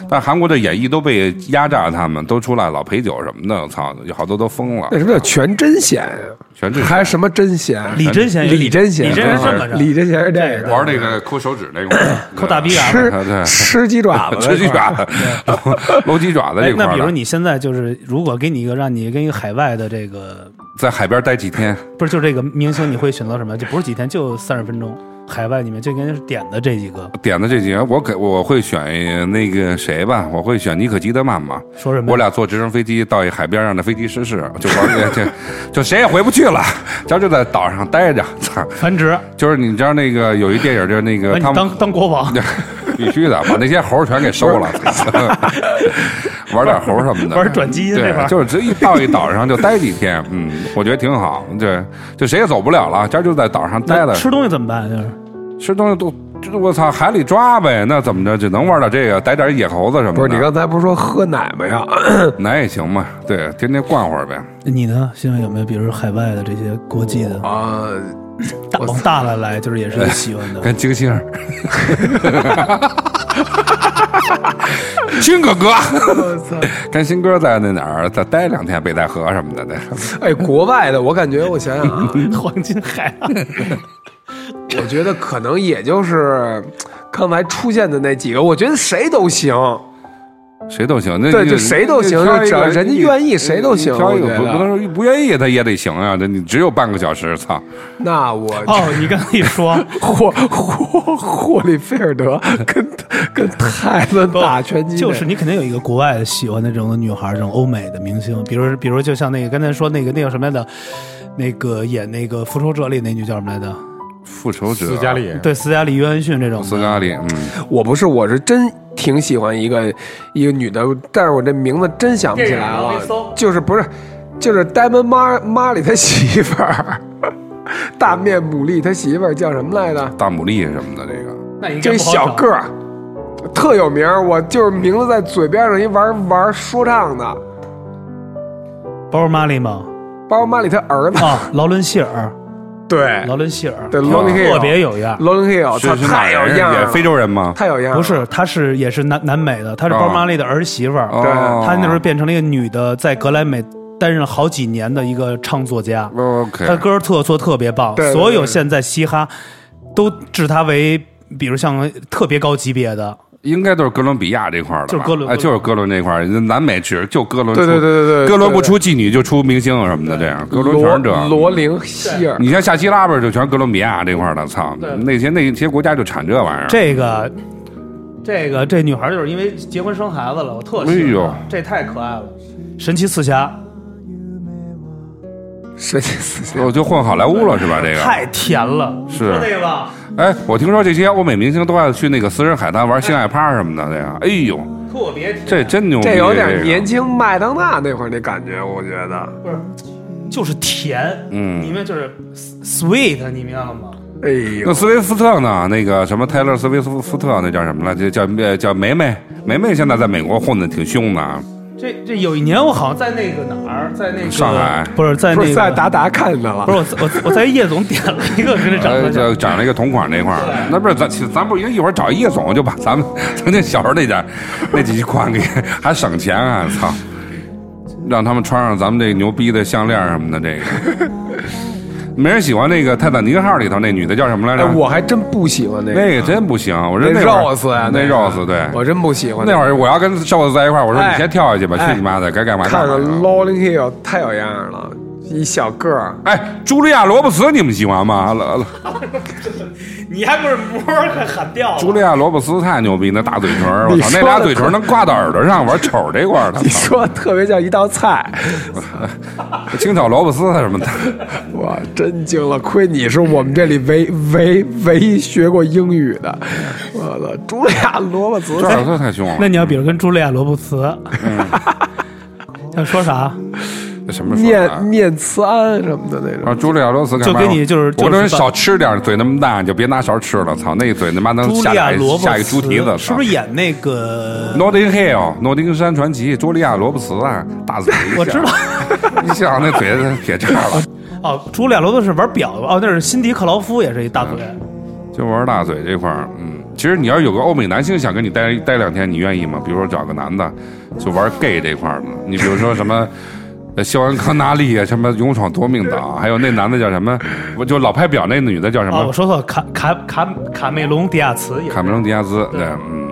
Speaker 2: 但韩国这演艺都被压榨，他们都出来老陪酒什么的，操，有好多都疯了
Speaker 5: 那。什
Speaker 1: 啊
Speaker 5: 么叫全真贤呀？
Speaker 2: 全智
Speaker 5: 还
Speaker 2: 贤
Speaker 5: 是什么真贤？
Speaker 1: 李真贤，
Speaker 5: 李真贤，
Speaker 1: 李真
Speaker 2: 啊
Speaker 1: 贤这么着，
Speaker 5: 李真贤是这
Speaker 1: 这
Speaker 5: 个
Speaker 2: 玩那个抠手指那块儿，
Speaker 1: *clears throat* 抠大逼啊眼儿。
Speaker 2: 对
Speaker 5: 吃
Speaker 2: *laughs*
Speaker 5: 吃鸡爪子，
Speaker 2: 吃鸡爪子、 *laughs* 搂鸡爪子
Speaker 1: 哎
Speaker 2: 这，块
Speaker 1: 那比如
Speaker 2: 儿的，
Speaker 1: 你现在就是，如果给你一个让你跟一个海外的这个，
Speaker 2: 在海边待几天，
Speaker 1: 不是就这个明星，你会选择什么？就不是几天，就三十分钟。海外里面就应该是点的这几个，
Speaker 2: 点的这几个，我给我会选那个谁吧，我会选妮可基德曼吧。
Speaker 1: 说什么？
Speaker 2: 我俩坐直升飞机到一海边上的飞机失事，就玩这这，就谁也回不去了， *laughs* 咱就在岛上待着。操，
Speaker 1: 繁殖，
Speaker 2: 就是你知道那个有一电影，就是那
Speaker 1: 把
Speaker 2: 个
Speaker 1: 你
Speaker 2: 呃他们
Speaker 1: 当当国王，
Speaker 2: *laughs* 必须的，把那些猴儿全给收了， *laughs* 玩点猴儿什么的，
Speaker 1: 玩转基因那块
Speaker 2: 对，
Speaker 1: 儿。
Speaker 2: 就是直一到一岛上就待几天，嗯，我觉得挺好。对，就谁也走不了了，今儿就在岛上待
Speaker 1: 那
Speaker 2: 着，
Speaker 1: 吃东西怎么办？就是
Speaker 2: 吃东西都，这我操，海里抓呗，那怎么着，只能玩点这个，逮点野猴子什么的。
Speaker 5: 不是你刚才不是说喝奶吗呀？
Speaker 2: 那也行嘛，对，天天逛会儿呗。
Speaker 1: 你呢？现在有没有，比如海外的这些国际的，
Speaker 5: 啊，
Speaker 1: 大往大了来，就是
Speaker 2: *laughs*
Speaker 1: 也是有喜欢的
Speaker 2: 跟金星儿， *laughs* 新哥哥，跟新哥在那哪儿再待两天，北戴河什么的，那
Speaker 5: 哎，国外的，我感觉我想想
Speaker 1: *laughs*
Speaker 5: 啊，
Speaker 1: 黄金海岸。
Speaker 2: *laughs*
Speaker 5: 我觉得可能也就是刚才出现的那几个，我觉得谁都行。
Speaker 2: 谁都行。那
Speaker 5: 对
Speaker 2: 你
Speaker 5: 就谁都行
Speaker 2: 你挑一个
Speaker 5: 就只要人家愿意
Speaker 2: 你
Speaker 5: 谁都行
Speaker 2: 你挑一个
Speaker 5: 我觉
Speaker 2: 不
Speaker 5: 得
Speaker 2: 不能说不愿意，他也得行啊！这你只有半个小时，操！
Speaker 5: 那我
Speaker 1: 哦，你刚才一说，
Speaker 5: 霍霍霍利菲尔德
Speaker 1: *laughs*
Speaker 5: 跟跟泰伦打拳击，
Speaker 1: 就是你肯定有一个国外喜欢的这种的女孩，这种欧美的明星，比如比如就像那个刚才说那个那个什么来的，那个演那个《复仇者》里那女叫什么来着？
Speaker 2: 复仇者
Speaker 4: 斯嘉丽，
Speaker 1: 对，斯嘉丽·约翰逊这种的。
Speaker 2: 斯嘉丽，嗯，
Speaker 5: 我不是，我是真挺喜欢一个一个女的，但是我这名字真想不起来
Speaker 1: 啊
Speaker 5: 了，就是不是，就是呆门妈妈里他媳妇儿， *laughs* 大面牡蛎他媳妇儿叫什么来着？
Speaker 2: 大牡蛎什么的，这个
Speaker 1: 那应该
Speaker 5: 就一
Speaker 1: 不好
Speaker 5: 小
Speaker 1: 找
Speaker 5: 个儿，特有名儿，我就是名字在嘴边上一玩玩说唱的，
Speaker 1: 包尔·马利吗？
Speaker 5: 包括妈里他儿子，
Speaker 1: 啊，劳伦希尔，
Speaker 5: 对
Speaker 1: 劳伦希尔，
Speaker 5: 对，
Speaker 1: 特
Speaker 5: 罗林 hill，
Speaker 1: 别有样。
Speaker 5: 罗林 hill，他哦
Speaker 2: 是是哪
Speaker 5: 太有
Speaker 2: 人
Speaker 5: 样
Speaker 2: 也
Speaker 5: 了，
Speaker 2: 非洲人吗？
Speaker 5: 太有样了，
Speaker 1: 不是，她是也是南南美的，她是
Speaker 5: 哦
Speaker 2: 啊
Speaker 1: 包尔·马利的儿媳妇儿。
Speaker 2: 哦
Speaker 1: 她那时候变成了一个女的，在格莱美担任了好几年的一个唱作家。他
Speaker 2: OK，
Speaker 1: 歌儿特做特别棒，
Speaker 5: 对对
Speaker 1: 所有
Speaker 5: 对
Speaker 1: 现在嘻哈都置他为，比如像特别高级别的，
Speaker 2: 应该都是哥伦比亚这块儿
Speaker 1: 就
Speaker 2: 的吧，
Speaker 1: 是哥伦
Speaker 2: 哎，就是哥伦这块儿，南美只就哥伦出，
Speaker 5: 对对对对对，
Speaker 2: 哥伦不出妓女就出明星什么的，这样哥伦全
Speaker 5: 罗
Speaker 2: 是这样。
Speaker 5: 罗林希尔。
Speaker 2: 你像夏奇拉吧，就全是哥伦比亚这块儿的，操，那些那些国家就产这玩意儿。
Speaker 1: 这个，这个这女孩儿就是因为结婚生孩子了，我特喜
Speaker 2: 哎
Speaker 1: 欢
Speaker 2: 呦
Speaker 1: 她，这太可爱了。神奇四侠
Speaker 5: 神奇四侠
Speaker 2: 我就混好莱坞了是吧？这个
Speaker 1: 太甜了，
Speaker 2: 是
Speaker 1: 说那个吧，
Speaker 2: 哎，我听说这些欧美明星都爱去那个私人海滩玩性爱趴什么的，这样，哎呦，
Speaker 1: 特别甜，
Speaker 2: 这真牛逼！
Speaker 5: 这有点
Speaker 2: 个
Speaker 5: 年轻麦当娜那会儿那感觉，我觉得，
Speaker 1: 不是，就是甜，
Speaker 2: 嗯
Speaker 1: 你们就是 sweet，你明白吗？
Speaker 5: 哎
Speaker 2: 那
Speaker 5: 呦，
Speaker 2: 斯威夫特呢？那个什么泰勒·斯威夫夫特，那叫什么了？这叫呃叫梅梅，梅梅现在在美国混的挺凶的啊，
Speaker 1: 这这有一年我好像在那个哪儿，在那个
Speaker 2: 上海
Speaker 1: 不是在
Speaker 5: 不
Speaker 1: 那
Speaker 5: 是
Speaker 1: 个
Speaker 5: 在达达看见的
Speaker 1: 不
Speaker 5: 了，
Speaker 1: 是我我我在叶总点了一个跟这长
Speaker 2: 呃
Speaker 1: 得像
Speaker 2: 就长了一个同款那块儿。那不是咱其实咱不是一会儿找叶总就把咱们 *laughs* 曾经小时候那点儿那几款给还省钱啊！操，让他们穿上咱们这牛逼的项链什么的，这个
Speaker 5: *laughs*
Speaker 2: 没人喜欢那个《泰坦尼克号》里头那女的叫什么来
Speaker 5: 哎，
Speaker 2: 着？
Speaker 5: 我还真不喜欢那个，
Speaker 2: 那个真不行，我说
Speaker 5: 那
Speaker 2: 会儿
Speaker 5: Rose 呀
Speaker 2: 那
Speaker 5: 那个
Speaker 2: Rose 对，
Speaker 5: 我真不喜欢
Speaker 2: 那会儿我要跟 Rose 在一块儿，我说
Speaker 5: 哎
Speaker 2: 你先跳下去吧，去
Speaker 5: 哎
Speaker 2: 你妈的，该干嘛干
Speaker 5: 看
Speaker 2: 嘛
Speaker 5: 看
Speaker 2: 去吧。
Speaker 5: Rolling Hill 太有样了，一小个儿，
Speaker 2: 哎，茱莉亚·罗伯茨，你们喜欢吗？老老
Speaker 6: 你还不是摸快喊掉了？
Speaker 2: 茱莉亚·罗伯斯太牛逼，那大嘴唇儿，我操，那俩嘴唇儿能挂到耳朵上，我瞅这块儿，他
Speaker 5: 你
Speaker 2: 操，
Speaker 5: 说特别像一道 *laughs* 菜，
Speaker 2: 清炒萝卜丝什么的，
Speaker 5: 哇，真惊了！亏你是我们这里唯唯唯一学过英语的，我操，茱莉亚·罗伯 *laughs* 茨
Speaker 2: 这耳朵太凶了。
Speaker 1: 那你要比如跟茱莉亚·罗布茨，
Speaker 2: 嗯
Speaker 1: 要说啥？
Speaker 2: 那什么时候啊
Speaker 5: 念？念慈庵什么的那种
Speaker 2: 啊，，茱莉亚·罗斯干
Speaker 1: 就
Speaker 2: 嘛
Speaker 1: 给你就是
Speaker 2: 我
Speaker 1: 就
Speaker 2: 说
Speaker 1: 是
Speaker 2: 少吃点，嘴那么大，你就别拿勺吃了。操，那嘴他妈能
Speaker 1: 茱
Speaker 2: 下
Speaker 1: 莉亚
Speaker 2: 来
Speaker 1: ·罗布
Speaker 2: 下一个
Speaker 1: 茨
Speaker 2: 猪蹄子，啊
Speaker 1: 是不是演那个？
Speaker 2: 诺丁 Hill，诺丁山传奇，茱莉亚·罗伯茨啊，大嘴。
Speaker 1: 我
Speaker 2: *laughs*
Speaker 1: 知道，
Speaker 2: 你想那嘴撇叉了，
Speaker 1: 哦，茱莉亚·罗伯茨是玩表的哦，那是辛迪·克劳夫也是一大嘴。
Speaker 2: 就玩大嘴这块儿。嗯，其实你要有个欧美男性想跟你待待两天，你愿意吗？比如说找个男的，就玩 gay 这块儿的。你比如说什么。呃肖恩·康纳利啊，什么勇闯夺命岛，还有那男的叫什么？我就老拍表那女的叫什么？
Speaker 1: 哦，我说错，了，卡卡卡卡梅隆·迪亚茨也是
Speaker 2: 卡梅隆·迪亚兹，对，嗯，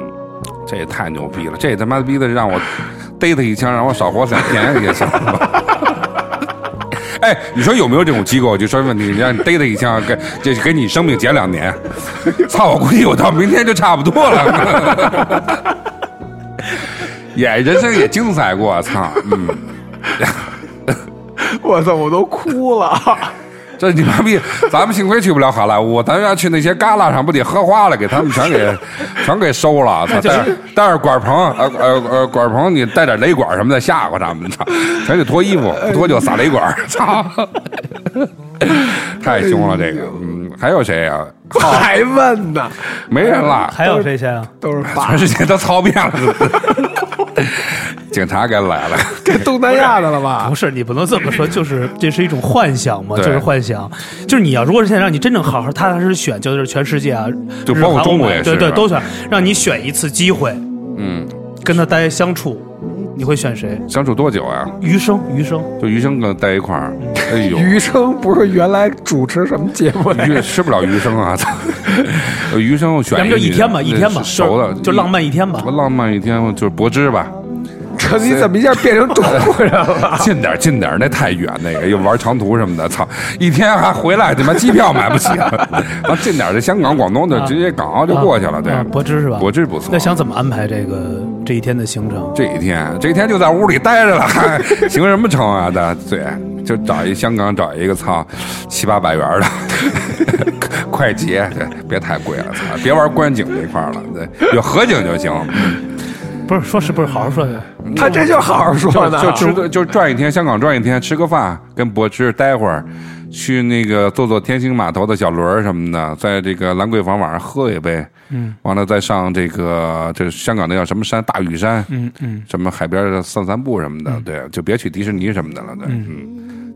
Speaker 2: 这也太牛逼了，这他妈逼的让我逮他一枪，让我少活两天也行。哎，你说有没有这种机构？就说问题，让你逮他一枪，给这给你生命减两年。操，我估计我到明天就差不多了。 *laughs* 也人生也精彩过，操，嗯，
Speaker 5: *laughs* 我操，我都哭了。
Speaker 2: 这你妈逼，咱们幸亏去不了好莱坞，咱们要去那些旮旯上，不得喝花了，给他们全给全给收了。操，带着带着管棚，呃呃呃，管棚，你带点雷管什么的吓唬他们，操，全得脱衣服，不脱就撒雷管，操， *laughs* 太凶了这个。嗯，还有谁呀、
Speaker 5: *laughs* 还问呢，
Speaker 2: 没人了，
Speaker 1: 还有谁先啊？
Speaker 5: 都 *laughs* 是爸
Speaker 2: 全世界都操遍了。 *laughs* 警察该来了，
Speaker 5: 这东南亚的了吧？ *laughs*
Speaker 1: 不是，你不能这么说，
Speaker 2: *laughs*
Speaker 1: 就是这是一种幻想嘛，就
Speaker 2: 啊对
Speaker 1: 是幻想，就是你要如果是现在让你真正好好踏踏实实选，就是全世界啊，
Speaker 2: 就
Speaker 1: 日
Speaker 2: 包括
Speaker 1: 韩
Speaker 2: 中国
Speaker 1: 欧美
Speaker 2: 也
Speaker 1: 对
Speaker 2: 是啊
Speaker 1: 对，都选，让你选一次机会
Speaker 2: 嗯，
Speaker 1: 跟他待相处，你会选谁？
Speaker 2: 相处多久啊？
Speaker 1: 余生，余生，
Speaker 2: 就余生跟待一块儿，哎呦，
Speaker 5: 余生不是原来主持什么节目 *laughs* 来着？
Speaker 2: 鱼吃不了鱼生啊，操！ *laughs* 鱼生我选
Speaker 1: 咱
Speaker 2: 一
Speaker 1: 们
Speaker 2: 个
Speaker 1: 就一天吧，
Speaker 2: 女
Speaker 1: 一
Speaker 2: 的
Speaker 1: 天吧，
Speaker 2: 是熟的
Speaker 1: 就就浪漫一天吧。
Speaker 2: 浪漫一天，就是柏芝
Speaker 1: *laughs*
Speaker 2: 吧，
Speaker 5: 这你怎么一下变成中国人了？
Speaker 2: 近点儿近点儿，那太远，那个又玩长途什么的，操！一天还回来，他妈机票买不起了， *laughs* 啊，近点儿，这香港、广东就直接港澳就过去了，对
Speaker 1: 啊，柏芝是吧？
Speaker 2: 柏芝不错
Speaker 1: 那。想怎么安排这个这一天的行程？
Speaker 2: 这一天，这一天就在屋里待着了， *laughs* 还行什么成啊的？对，就找一香港找一个操七八百元的 *laughs* 快捷，对，别太贵了，操，别玩观景这块儿了，对，有河景就行。
Speaker 1: 不是，说是不是好好说的？
Speaker 5: 他这就好好说呢，
Speaker 2: 嗯就嗯吃个就转一天，香港转一天，吃个饭，跟博芝待会儿，去那个坐坐天星码头的小轮儿什么的，在这个兰桂坊晚上喝一杯，嗯，完了再上这个这香港那叫什么山，大屿山，嗯嗯，什么海边儿散散步什么的，对，就别去迪士尼什么的了，对，嗯，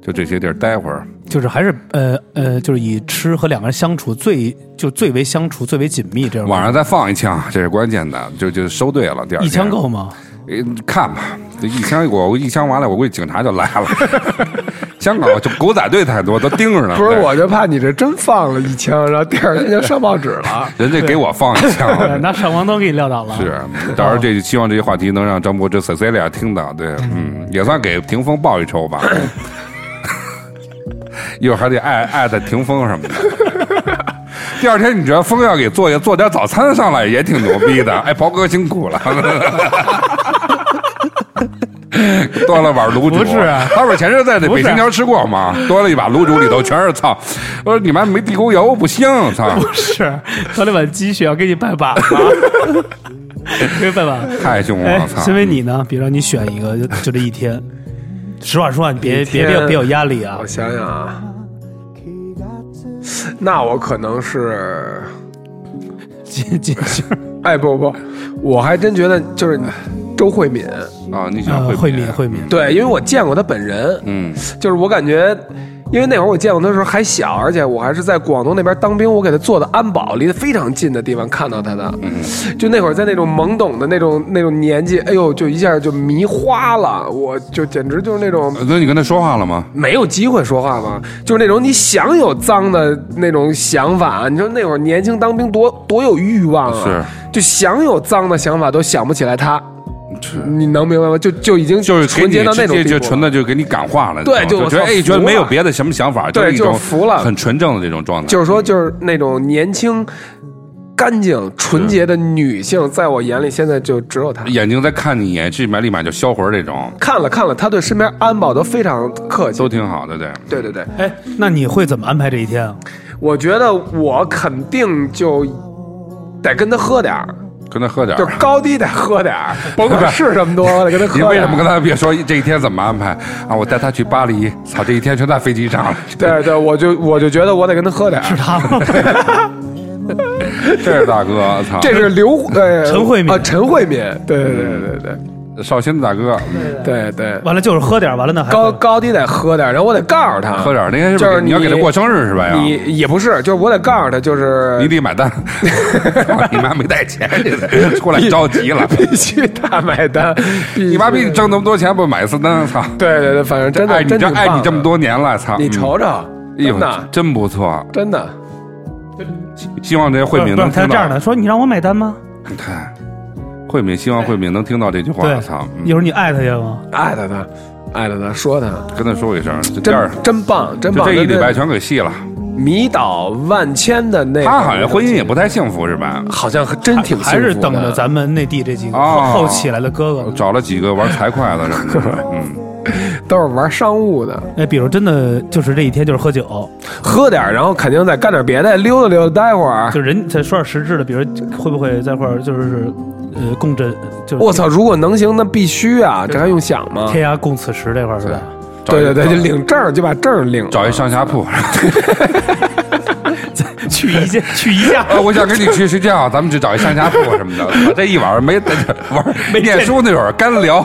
Speaker 2: 就这些地儿待会儿，
Speaker 1: 就是还是呃呃，就是以吃和两个人相处最就最为相处最为紧密这种。
Speaker 2: 晚上再放一枪，这是关键的，就就收队了，第二
Speaker 1: 一枪
Speaker 2: 天
Speaker 1: 够
Speaker 2: *laughs*
Speaker 1: 吗？
Speaker 2: 诶看吧，这一枪我一枪完了，我估计警察就来了。 *laughs* 香港就狗仔队太多，都盯着呢。
Speaker 5: 不是，
Speaker 2: 对
Speaker 5: 我就怕你这真放了一枪，然后第二天就上报纸了。
Speaker 2: 人家给我放一枪。
Speaker 1: 拿闪光灯给你撂倒了。
Speaker 2: *laughs* 是，啊到时候这希望这些话题能让张柏芝、Cecilia 听到，对，嗯，也算给霆锋报一仇吧。 *laughs* 一会儿还得艾艾特霆锋什么的。 *laughs* 第二天，你觉得风要给做做点早餐上来也挺牛逼的。哎，宝哥辛苦了， *laughs* 多了碗卤煮。
Speaker 1: 不是啊
Speaker 2: 他不是前阵在那
Speaker 1: 不
Speaker 2: 北
Speaker 1: 是
Speaker 2: 新桥吃过吗？多了一把卤煮，里头全是操。我说你妈没地沟油不行，操，
Speaker 1: *laughs* 是，喝了碗鸡血要给你拜把子， *laughs* 给你拜把子。
Speaker 2: 太凶
Speaker 1: 哎
Speaker 2: 了，操，！
Speaker 1: 身为你呢，比如让你选一个，就就这一天。 *laughs* 实话实话，你别别别有别有压力啊
Speaker 5: 我！想想啊，那我可能是，
Speaker 1: 金金 *laughs* 星儿，
Speaker 5: 哎，不不，我还真觉得就是周慧敏，
Speaker 2: 啊，你想
Speaker 1: 呃，
Speaker 2: 慧
Speaker 1: 慧敏慧敏，
Speaker 5: 对，因为我见过她本人，
Speaker 2: 嗯，
Speaker 5: 就是我感觉。因为那会儿我见过她的时候还小，而且我还是在广东那边当兵，我给她做的安保，离得非常近的地方看到她的。
Speaker 2: 嗯
Speaker 5: 就那会儿在那种懵懂的那种那种年纪，哎呦，就一下就迷花了，我就简直就是那种
Speaker 2: 呃那你跟他说话了吗？
Speaker 5: 没有机会说话吗？就是那种你想有脏的那种想法，你说那会儿年轻当兵多多有欲望啊，
Speaker 2: 是
Speaker 5: 就想有脏的想法都想不起来他。你能明白吗？就就已经
Speaker 2: 就是给
Speaker 5: 纯
Speaker 2: 你
Speaker 5: 洁到那种
Speaker 2: 直接
Speaker 5: 地步
Speaker 2: 就
Speaker 5: 了，
Speaker 2: 纯的就给你感化了，
Speaker 5: 对
Speaker 2: 你知道吗就
Speaker 5: 就
Speaker 2: 觉
Speaker 5: 我
Speaker 2: 得
Speaker 5: 操
Speaker 2: 哎，觉得
Speaker 5: 服
Speaker 2: 没有
Speaker 5: 了
Speaker 2: 别的什么想法，
Speaker 5: 对
Speaker 2: 一
Speaker 5: 就
Speaker 2: 种
Speaker 5: 服了
Speaker 2: 很纯正的这种状态，
Speaker 5: 就是说，就是那种年轻、干净、纯洁的女性，在我眼里现在就只有她。
Speaker 2: 眼睛在看你一眼，这边立马就销魂儿这种，
Speaker 5: 看了看了，她对身边安保都非常客气
Speaker 2: 都。挺好的，对。
Speaker 5: 对对对，
Speaker 1: 哎，那你会怎么安排这一天啊？ *laughs*
Speaker 5: 我觉得我肯定就得跟她喝点儿，
Speaker 2: 跟他喝点
Speaker 5: 就
Speaker 2: 儿。
Speaker 5: 高低得喝点
Speaker 2: *laughs*
Speaker 5: 儿，甭管 *laughs* 是什么多，我得跟她
Speaker 2: 您
Speaker 5: 喝点儿。
Speaker 2: 为什么跟他别说这一天怎么安排啊？我带他去巴黎，操，这一天全在飞机上了。
Speaker 5: 对对，我就我就觉得我得跟她喝点儿。
Speaker 2: 这是大哥，操，
Speaker 5: 这
Speaker 2: *laughs*
Speaker 5: 是刘呃
Speaker 1: 陈慧敏
Speaker 5: 啊，陈慧敏，对对对对
Speaker 2: 嗯
Speaker 5: 对
Speaker 2: 绍兴的大哥，
Speaker 5: 对对，
Speaker 1: 完了就是喝点儿，完了呢还
Speaker 5: 高高低得喝点儿，然后我得告诉她
Speaker 2: 喝点儿。那天是不
Speaker 5: 啊就是是
Speaker 2: 你要给他过生日是吧？
Speaker 5: 你也不是，就是我得告诉他，就是
Speaker 2: 你得买
Speaker 5: *laughs*
Speaker 2: 单。操你妈没带钱，这个出来着急了。
Speaker 5: *laughs* 必须大
Speaker 2: *laughs*
Speaker 5: 买单，必须
Speaker 2: 你妈逼你挣那么多钱不买次单，啊操！
Speaker 5: 对对对，反正真的
Speaker 2: 爱你
Speaker 5: 真
Speaker 2: 这
Speaker 5: 挺
Speaker 2: 爱
Speaker 5: 棒
Speaker 2: 你
Speaker 5: 的
Speaker 2: 这么，多年了，操！
Speaker 5: 你
Speaker 2: 嗯
Speaker 5: 瞅瞅，
Speaker 2: 哎呦
Speaker 5: 真的，
Speaker 2: 真不错。
Speaker 5: 真的，
Speaker 2: 希望这些慧
Speaker 1: 不是
Speaker 2: 敏
Speaker 1: 不是
Speaker 2: 能
Speaker 1: 他
Speaker 2: 听
Speaker 1: 这样
Speaker 2: 到。
Speaker 1: 的说你让我买单吗？
Speaker 2: 你看，慧敏，希望慧敏能听到这句话。
Speaker 1: 对
Speaker 2: 操，嗯
Speaker 1: 一会儿你艾特一下吗？
Speaker 5: 爱他他，爱他他，说他，
Speaker 2: 跟他说一声，这第二
Speaker 5: 真真棒，真
Speaker 2: 就
Speaker 5: 棒，
Speaker 2: 这一礼拜
Speaker 5: 真的
Speaker 2: 全给戏了。
Speaker 5: 迷倒万千的那，
Speaker 2: 他好像婚姻也不太幸福是吧？
Speaker 5: 好像还真挺幸福的
Speaker 1: 还是等着咱们内地这几个后
Speaker 2: 哦
Speaker 1: 后起来的哥哥们。
Speaker 2: 找了几个玩财会的什么
Speaker 5: *laughs*
Speaker 2: 的，嗯，
Speaker 5: 都是玩商务的，
Speaker 1: 哎，比如真的就是这一天就是喝酒，
Speaker 5: 喝点儿，然后肯定再干点别的，溜达溜达，待会儿。
Speaker 1: 就人再说点实质的，比如会不会在一块儿就是呃共枕，就是
Speaker 5: 我操！如果能行，那必须啊！这还用想吗？
Speaker 1: 天涯共此时这块儿是吧？
Speaker 2: 找
Speaker 5: 对
Speaker 2: 一
Speaker 5: 对对，就领证儿就把证儿领了。
Speaker 2: 找一上下铺。 *laughs*
Speaker 1: 去一下，去一下，
Speaker 2: 呃，我想跟你去睡觉，咱们去找一上下铺什么的。这一晚上没
Speaker 5: *laughs*
Speaker 2: 玩没念书那会儿干聊，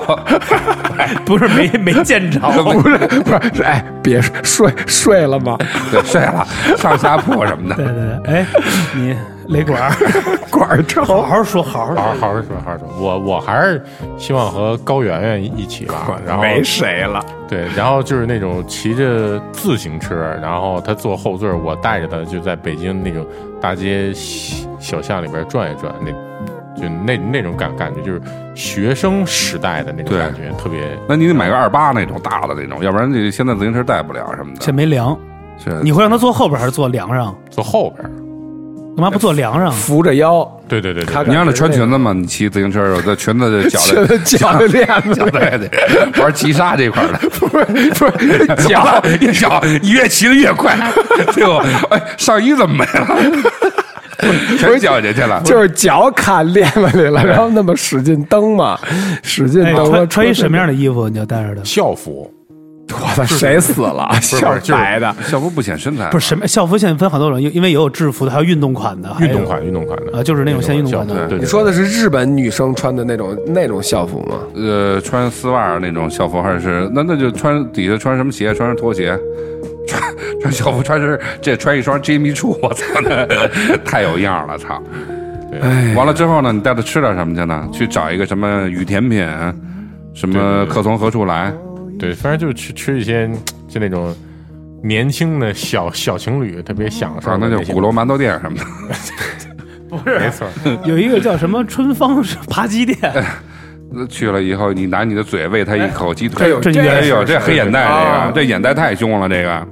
Speaker 1: 不是没没见着，
Speaker 5: 不是不是，哎，别睡睡睡了吧，
Speaker 2: 对，睡了上下铺什么
Speaker 1: 对
Speaker 2: 的。
Speaker 1: 对对，哎， *laughs* 你雷管儿，
Speaker 5: *laughs* 管儿正
Speaker 1: 好好说，好好
Speaker 4: 好
Speaker 1: 说，
Speaker 4: 好好说好好说，我我还是希望和高圆圆一起吧。
Speaker 2: 哦
Speaker 4: 然后
Speaker 5: 没谁了。
Speaker 4: 对，然后就是那种骑着自行车，然后他坐后座，我带着他就在北京那种大街小小巷里边转一转，那就那那种感感觉就是学生时代的那种
Speaker 2: 对
Speaker 4: 感觉，特别
Speaker 2: 那你得买个二八那种大的那种，要不然这现在自行车带不了什么
Speaker 1: 这
Speaker 2: 的。
Speaker 1: 没凉，
Speaker 2: 是
Speaker 1: 你会让他坐后边还是坐梁上？
Speaker 4: 坐后边儿。
Speaker 1: 干嘛不坐梁上？
Speaker 5: 扶着腰，
Speaker 4: 对对对对
Speaker 5: 他，
Speaker 2: 你让他穿裙子吗？你骑自行车
Speaker 5: *laughs*
Speaker 2: 的时候，这裙子的脚
Speaker 5: 脚
Speaker 2: 的
Speaker 5: 脚的链子，
Speaker 2: *laughs* 对对，玩急刹这块儿的，
Speaker 5: *laughs* 不是不是脚，
Speaker 2: 一 *laughs* 脚你越骑的越快， *laughs* 最后哎上衣怎么没
Speaker 5: *laughs*
Speaker 2: 了？全脚进去了，
Speaker 5: 就是脚卡链子里 *laughs* 了，然后那么使劲蹬嘛，使劲
Speaker 1: 哎，
Speaker 5: 蹬。
Speaker 1: 穿穿一什么样的衣服你就带着他？
Speaker 4: 校服
Speaker 5: 我操，谁死了？
Speaker 4: 是
Speaker 5: 笑
Speaker 4: 就是
Speaker 5: 白的，
Speaker 2: 校服不显身材，
Speaker 1: 不是什么校服，现在分好多种，因因为也有制服的，还有运动款的，还
Speaker 4: 运
Speaker 1: 有
Speaker 4: 动款运动款的
Speaker 1: 啊就是那种像运动
Speaker 4: 校
Speaker 1: 款
Speaker 4: 服
Speaker 1: 的
Speaker 4: 对对，
Speaker 5: 你
Speaker 4: 对
Speaker 5: 说的是日本女生穿的那种那种校服吗？
Speaker 2: 呃，穿丝袜那种校服，还是那那就穿底下穿什么鞋？穿上拖鞋，穿穿校服，穿身这穿一双 Jimmy Choo，我操，那太有样了，操！完了之后呢，你带他吃点什么去呢？去找一个什么雨甜品，什么客从何处来？
Speaker 4: 对，反正就是吃吃一些就那种年轻的小小情侣特别享受
Speaker 2: 啊，
Speaker 4: 的
Speaker 2: 那
Speaker 4: 些，
Speaker 2: 就鼓楼馒头店什么的。
Speaker 4: 没错。
Speaker 1: 有一个叫什么春芳 *laughs* 扒鸡店，
Speaker 2: 那去了以后，你拿你的嘴喂他一口鸡
Speaker 5: 这
Speaker 2: 腿
Speaker 5: 有，
Speaker 1: 这
Speaker 5: 个
Speaker 2: 哎
Speaker 5: 是
Speaker 2: 呦，这黑眼袋这
Speaker 5: 啊
Speaker 2: 个，这眼袋太凶了，这个。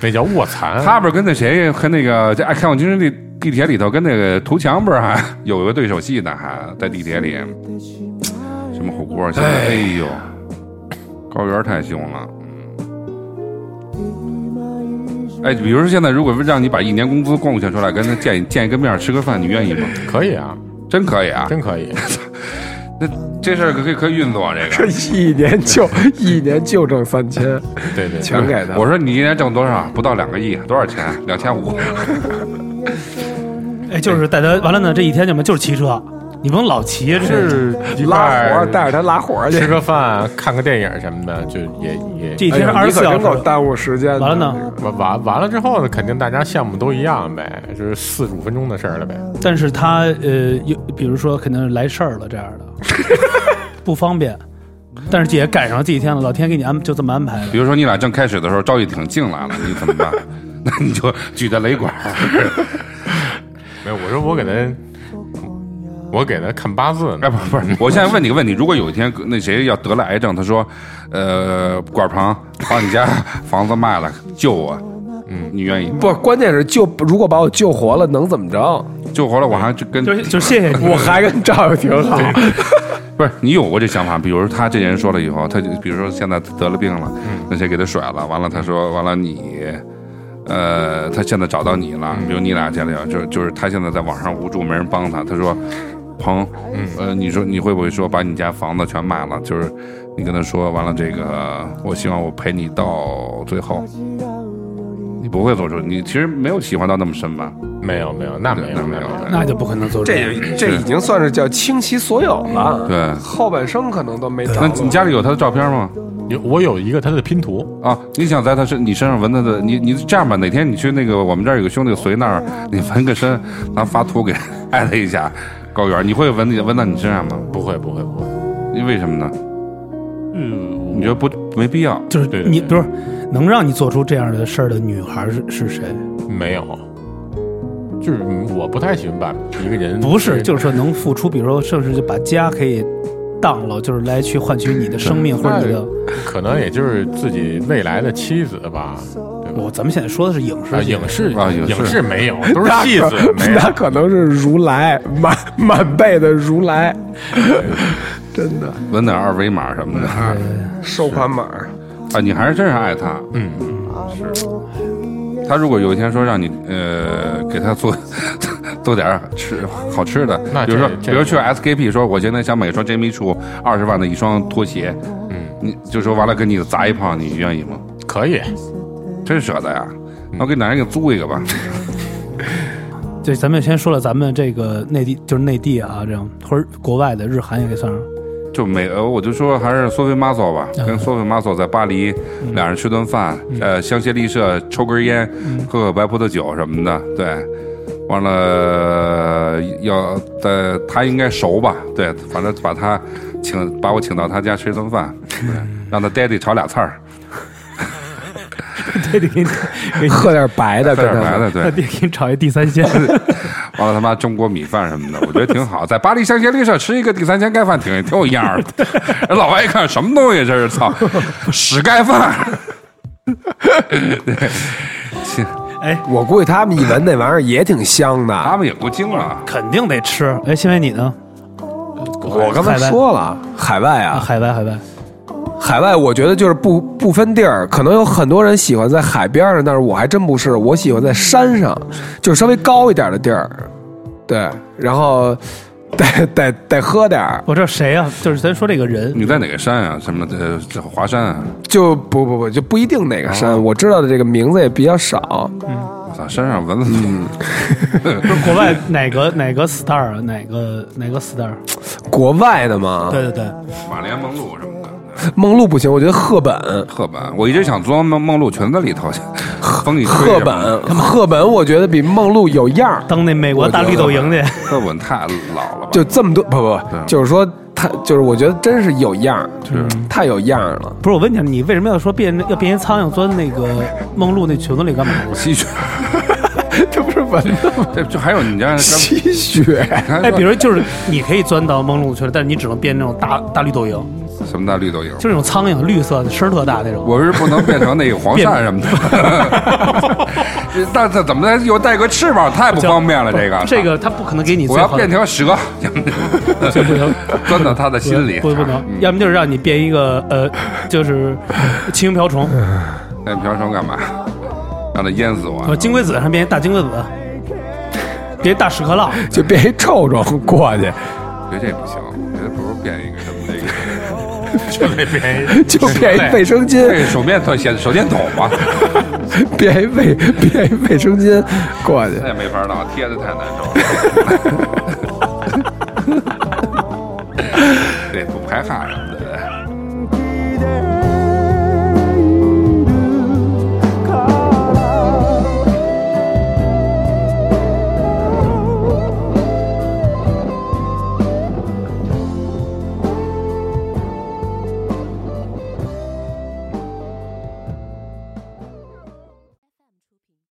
Speaker 4: 那叫卧
Speaker 5: 嗯
Speaker 4: 蚕，
Speaker 2: 他不是跟那谁，和那个这爱看我精神地地铁里头，跟那个涂强不是还 *laughs* 有一个对手戏呢，还在地铁里，什么火锅，现在哎呦，高原太凶了。嗯，哎，比如说现在，如果让你把一年工资贡献出来，跟他见见一个面吃个饭，你愿意吗？
Speaker 4: 可以啊，
Speaker 2: 真可以啊，
Speaker 4: 真可以。
Speaker 2: 这事儿可以可以运作这
Speaker 5: 这
Speaker 2: 个。
Speaker 5: 一年就 *laughs* 一年就挣三千，
Speaker 4: 对对，
Speaker 5: 全给他。
Speaker 2: 我说你一年挣多少？不到两个亿，多少钱？两千五。
Speaker 1: 哎，就是带他完了呢，这一天就什么就是骑车，你不能老骑，这
Speaker 4: 是一块
Speaker 5: 拉活
Speaker 4: 儿
Speaker 5: 儿带着他拉活儿去
Speaker 4: 吃，个饭、看个电影什么的，就也也
Speaker 1: 这一天是
Speaker 5: 哎呦
Speaker 1: 二
Speaker 5: 你
Speaker 1: 十四
Speaker 5: 可
Speaker 1: 小
Speaker 5: 真够
Speaker 1: 时。
Speaker 5: 耽误时间的。
Speaker 1: 完了呢，
Speaker 4: 完完完了之后呢，肯定大家项目都一样呗，就是四十五分钟的事儿了呗。
Speaker 1: 但是他呃，有比如说可能来事儿了这样的，不方便。但是也赶上这一天了，老天给你安就这么安排的。
Speaker 2: 比如说你俩正开始的时候，赵一挺进来了，你怎么办？ *laughs* 那你就举着雷管儿，
Speaker 4: 没有，我说我给他，我给他看八字
Speaker 2: 哎，
Speaker 4: 呢。
Speaker 2: 不是不是，我现在问你个问题：如果有一天那谁要得了癌症，他说，呃，管鹏把你家房子卖了救我，嗯，你愿意吗？
Speaker 5: 不，关键是救，如果把我救活了，能怎么着？
Speaker 2: 救活了我还就跟
Speaker 1: 就就谢谢你。
Speaker 5: *laughs* 我还跟赵又廷好，
Speaker 2: 不是你有过这想法？比如说他这人说了以后，他就比如说现在得了病了，那谁给他甩了？完了他说完了你，呃，他现在找到你了，比如你俩家里有就就是他现在在网上无助，没人帮他。他说，鹏，呃，你说你会不会说把你家房子全卖了？就是你跟他说完了这个，我希望我陪你到最后。你不会做出，你其实没有喜欢到那么深吧？
Speaker 4: 没有没有，那没
Speaker 2: 那
Speaker 4: 有
Speaker 2: 没
Speaker 4: 没
Speaker 2: 有
Speaker 4: 有。
Speaker 1: 那就不可能做出来
Speaker 5: *laughs* 这这已经算是叫倾其所有了。
Speaker 2: 对
Speaker 5: 后半生可能都没着
Speaker 2: 那你
Speaker 5: 落。
Speaker 2: 家里有他的照片吗？
Speaker 4: 有我有一个他的拼图，
Speaker 2: 啊，你想在他身你身上纹他的，你你这样吧，哪天你去那个我们这儿有个兄弟随那儿，你纹个身，咱发图给 *laughs* 艾特一下高原，你会纹纹到你身上吗？
Speaker 4: 不会不会不会，
Speaker 2: 因为什么呢？
Speaker 1: 嗯，
Speaker 2: 你觉得不没必要？
Speaker 1: 就是
Speaker 4: 对对
Speaker 1: 你
Speaker 4: 对
Speaker 1: 不是能让你做出这样的事儿的女孩是是谁？
Speaker 4: 没有。就是我不太喜欢把一个人
Speaker 1: 不是，就是说能付出，比如说甚至就把家可以当了，就是来去换取你的生命或者你的。
Speaker 4: 可能也就是自己未来的妻子吧，对吧？
Speaker 1: 我咱们现在说的是影视
Speaker 4: 啊，
Speaker 1: 剧
Speaker 4: 影视
Speaker 2: 啊影视
Speaker 4: 影视没有，都是戏子没有
Speaker 5: 那可能是如来满满背的如来，真的
Speaker 2: 纹点二维码什么
Speaker 4: *laughs*
Speaker 2: 的啊？
Speaker 5: 收款码。
Speaker 2: 你还是真是爱他。
Speaker 4: 嗯，
Speaker 2: 是。他如果有一天说让你呃给他做做点儿吃好吃的，
Speaker 4: 那
Speaker 2: 比如说
Speaker 4: 这
Speaker 2: 比
Speaker 4: 这
Speaker 2: 如去 SKP 说，我现在想买一双 Jimmy Choo 二十万的一双拖鞋，嗯，你就说完了跟你砸一炮，你愿意吗？
Speaker 4: 可以，
Speaker 2: 真舍得呀！那我给哪人给租一个吧？
Speaker 1: 对，咱们先说了咱们这个内地，就是内地啊，这样或者国外的日韩也可以算上。 *laughs*
Speaker 2: 就美呃，我就说还是索菲玛索吧，
Speaker 1: 嗯
Speaker 2: 跟索菲玛索在巴黎，俩人吃顿饭，呃，香榭丽舍抽根烟，喝喝白葡萄酒什么的，对。完了，要在他应该熟吧？对，反正把他请把我请到他家吃一顿饭，对让他 daddy 炒俩菜儿，
Speaker 1: 得得给你，给你
Speaker 5: 喝点白的，
Speaker 2: 喝
Speaker 5: 跟
Speaker 2: 点
Speaker 5: 他
Speaker 2: 白的，对
Speaker 1: 得。给你炒一第三鲜。
Speaker 2: 完了他妈中国米饭什么的，我觉得挺好。在巴黎香榭丽舍吃一个第三鲜盖饭挺挺有样儿的。 *laughs* 人老外一看什么东西这是，操，屎盖饭。
Speaker 5: 我估计他们一闻那玩意儿也挺香
Speaker 2: 他
Speaker 5: 的。
Speaker 2: 们也不精啊，
Speaker 1: 肯定得吃。哎，新伟你呢？
Speaker 5: 我刚才说了，海外
Speaker 1: 啊，
Speaker 5: 啊，
Speaker 1: 海外海外，
Speaker 5: 海外我觉得就是不不分地儿，可能有很多人喜欢在海边上，但是我还真不是，我喜欢在山上，就是稍微高一点的地儿。对，然后得得得喝点儿，
Speaker 1: 我这谁呀、就是咱说这个人，
Speaker 2: 你在哪个山啊？什么的呃，这华山啊？
Speaker 5: 就不不不就不一定哪个山，我知道的这个名字也比较少。
Speaker 2: 我操，山上蚊子。
Speaker 1: 不是国外哪个哪个 star 啊，哪个哪个 star？
Speaker 5: 国外的嘛，
Speaker 1: 对对对，
Speaker 2: 马连梦露什么的，
Speaker 5: 梦露不行，我觉得赫本，
Speaker 2: 赫本，我一直想装梦梦露裙子里头去，风一吹
Speaker 5: 赫
Speaker 2: 什么的，
Speaker 5: 本，赫本，我觉得比梦露有样儿。
Speaker 1: 当那美国大绿豆营去，
Speaker 2: 赫本太老了吧？
Speaker 5: 就这么多，不不
Speaker 2: 对，
Speaker 5: 就是说他就是我觉得真是有样儿，太有样儿了。
Speaker 1: 不是我问你，啊你为什么要说变要变一苍蝇钻那个梦露那裙子里干嘛？
Speaker 2: 吸血，
Speaker 5: *laughs* 这不是蚊子吗？
Speaker 2: 这就还有
Speaker 5: *laughs*
Speaker 2: 你家
Speaker 5: 吸血，
Speaker 1: 哎，比如就是你可以钻到梦露去了，但是你只能变那种大大绿豆蝇，
Speaker 2: 什么大绿豆蝇，
Speaker 1: 就是那种苍蝇，绿色的，声儿特大那种。
Speaker 2: 我是不能变成那个黄鳝什
Speaker 1: *laughs*
Speaker 2: 么的。但这怎么的又带个翅膀，太不方便了。这个
Speaker 1: 这，个他不可能给你最
Speaker 2: 我要
Speaker 1: 好的。
Speaker 2: 变条蛇，
Speaker 1: 这不行，
Speaker 2: 钻到他的心嗯里。
Speaker 1: 不不能，要么就是让你变一个呃，就是青云瓢
Speaker 2: *laughs*
Speaker 1: 虫，
Speaker 2: 那哎瓢虫干嘛？让他淹死
Speaker 1: 呃，
Speaker 2: 我！
Speaker 1: 金龟子上变一大金
Speaker 2: *laughs*
Speaker 1: 龟子，别大屎壳郎，
Speaker 5: 就变一臭虫过去，
Speaker 2: 觉得这不行，觉得不如变一个什么那个
Speaker 5: 就变一卫生
Speaker 2: 这
Speaker 5: 巾，
Speaker 2: 个手电筒显手电筒
Speaker 1: *laughs*
Speaker 2: 吧，
Speaker 5: 变一卫变一卫生巾过去
Speaker 2: 那。也没法弄，贴的太难
Speaker 1: *laughs*
Speaker 2: 受了。对，不排汗了。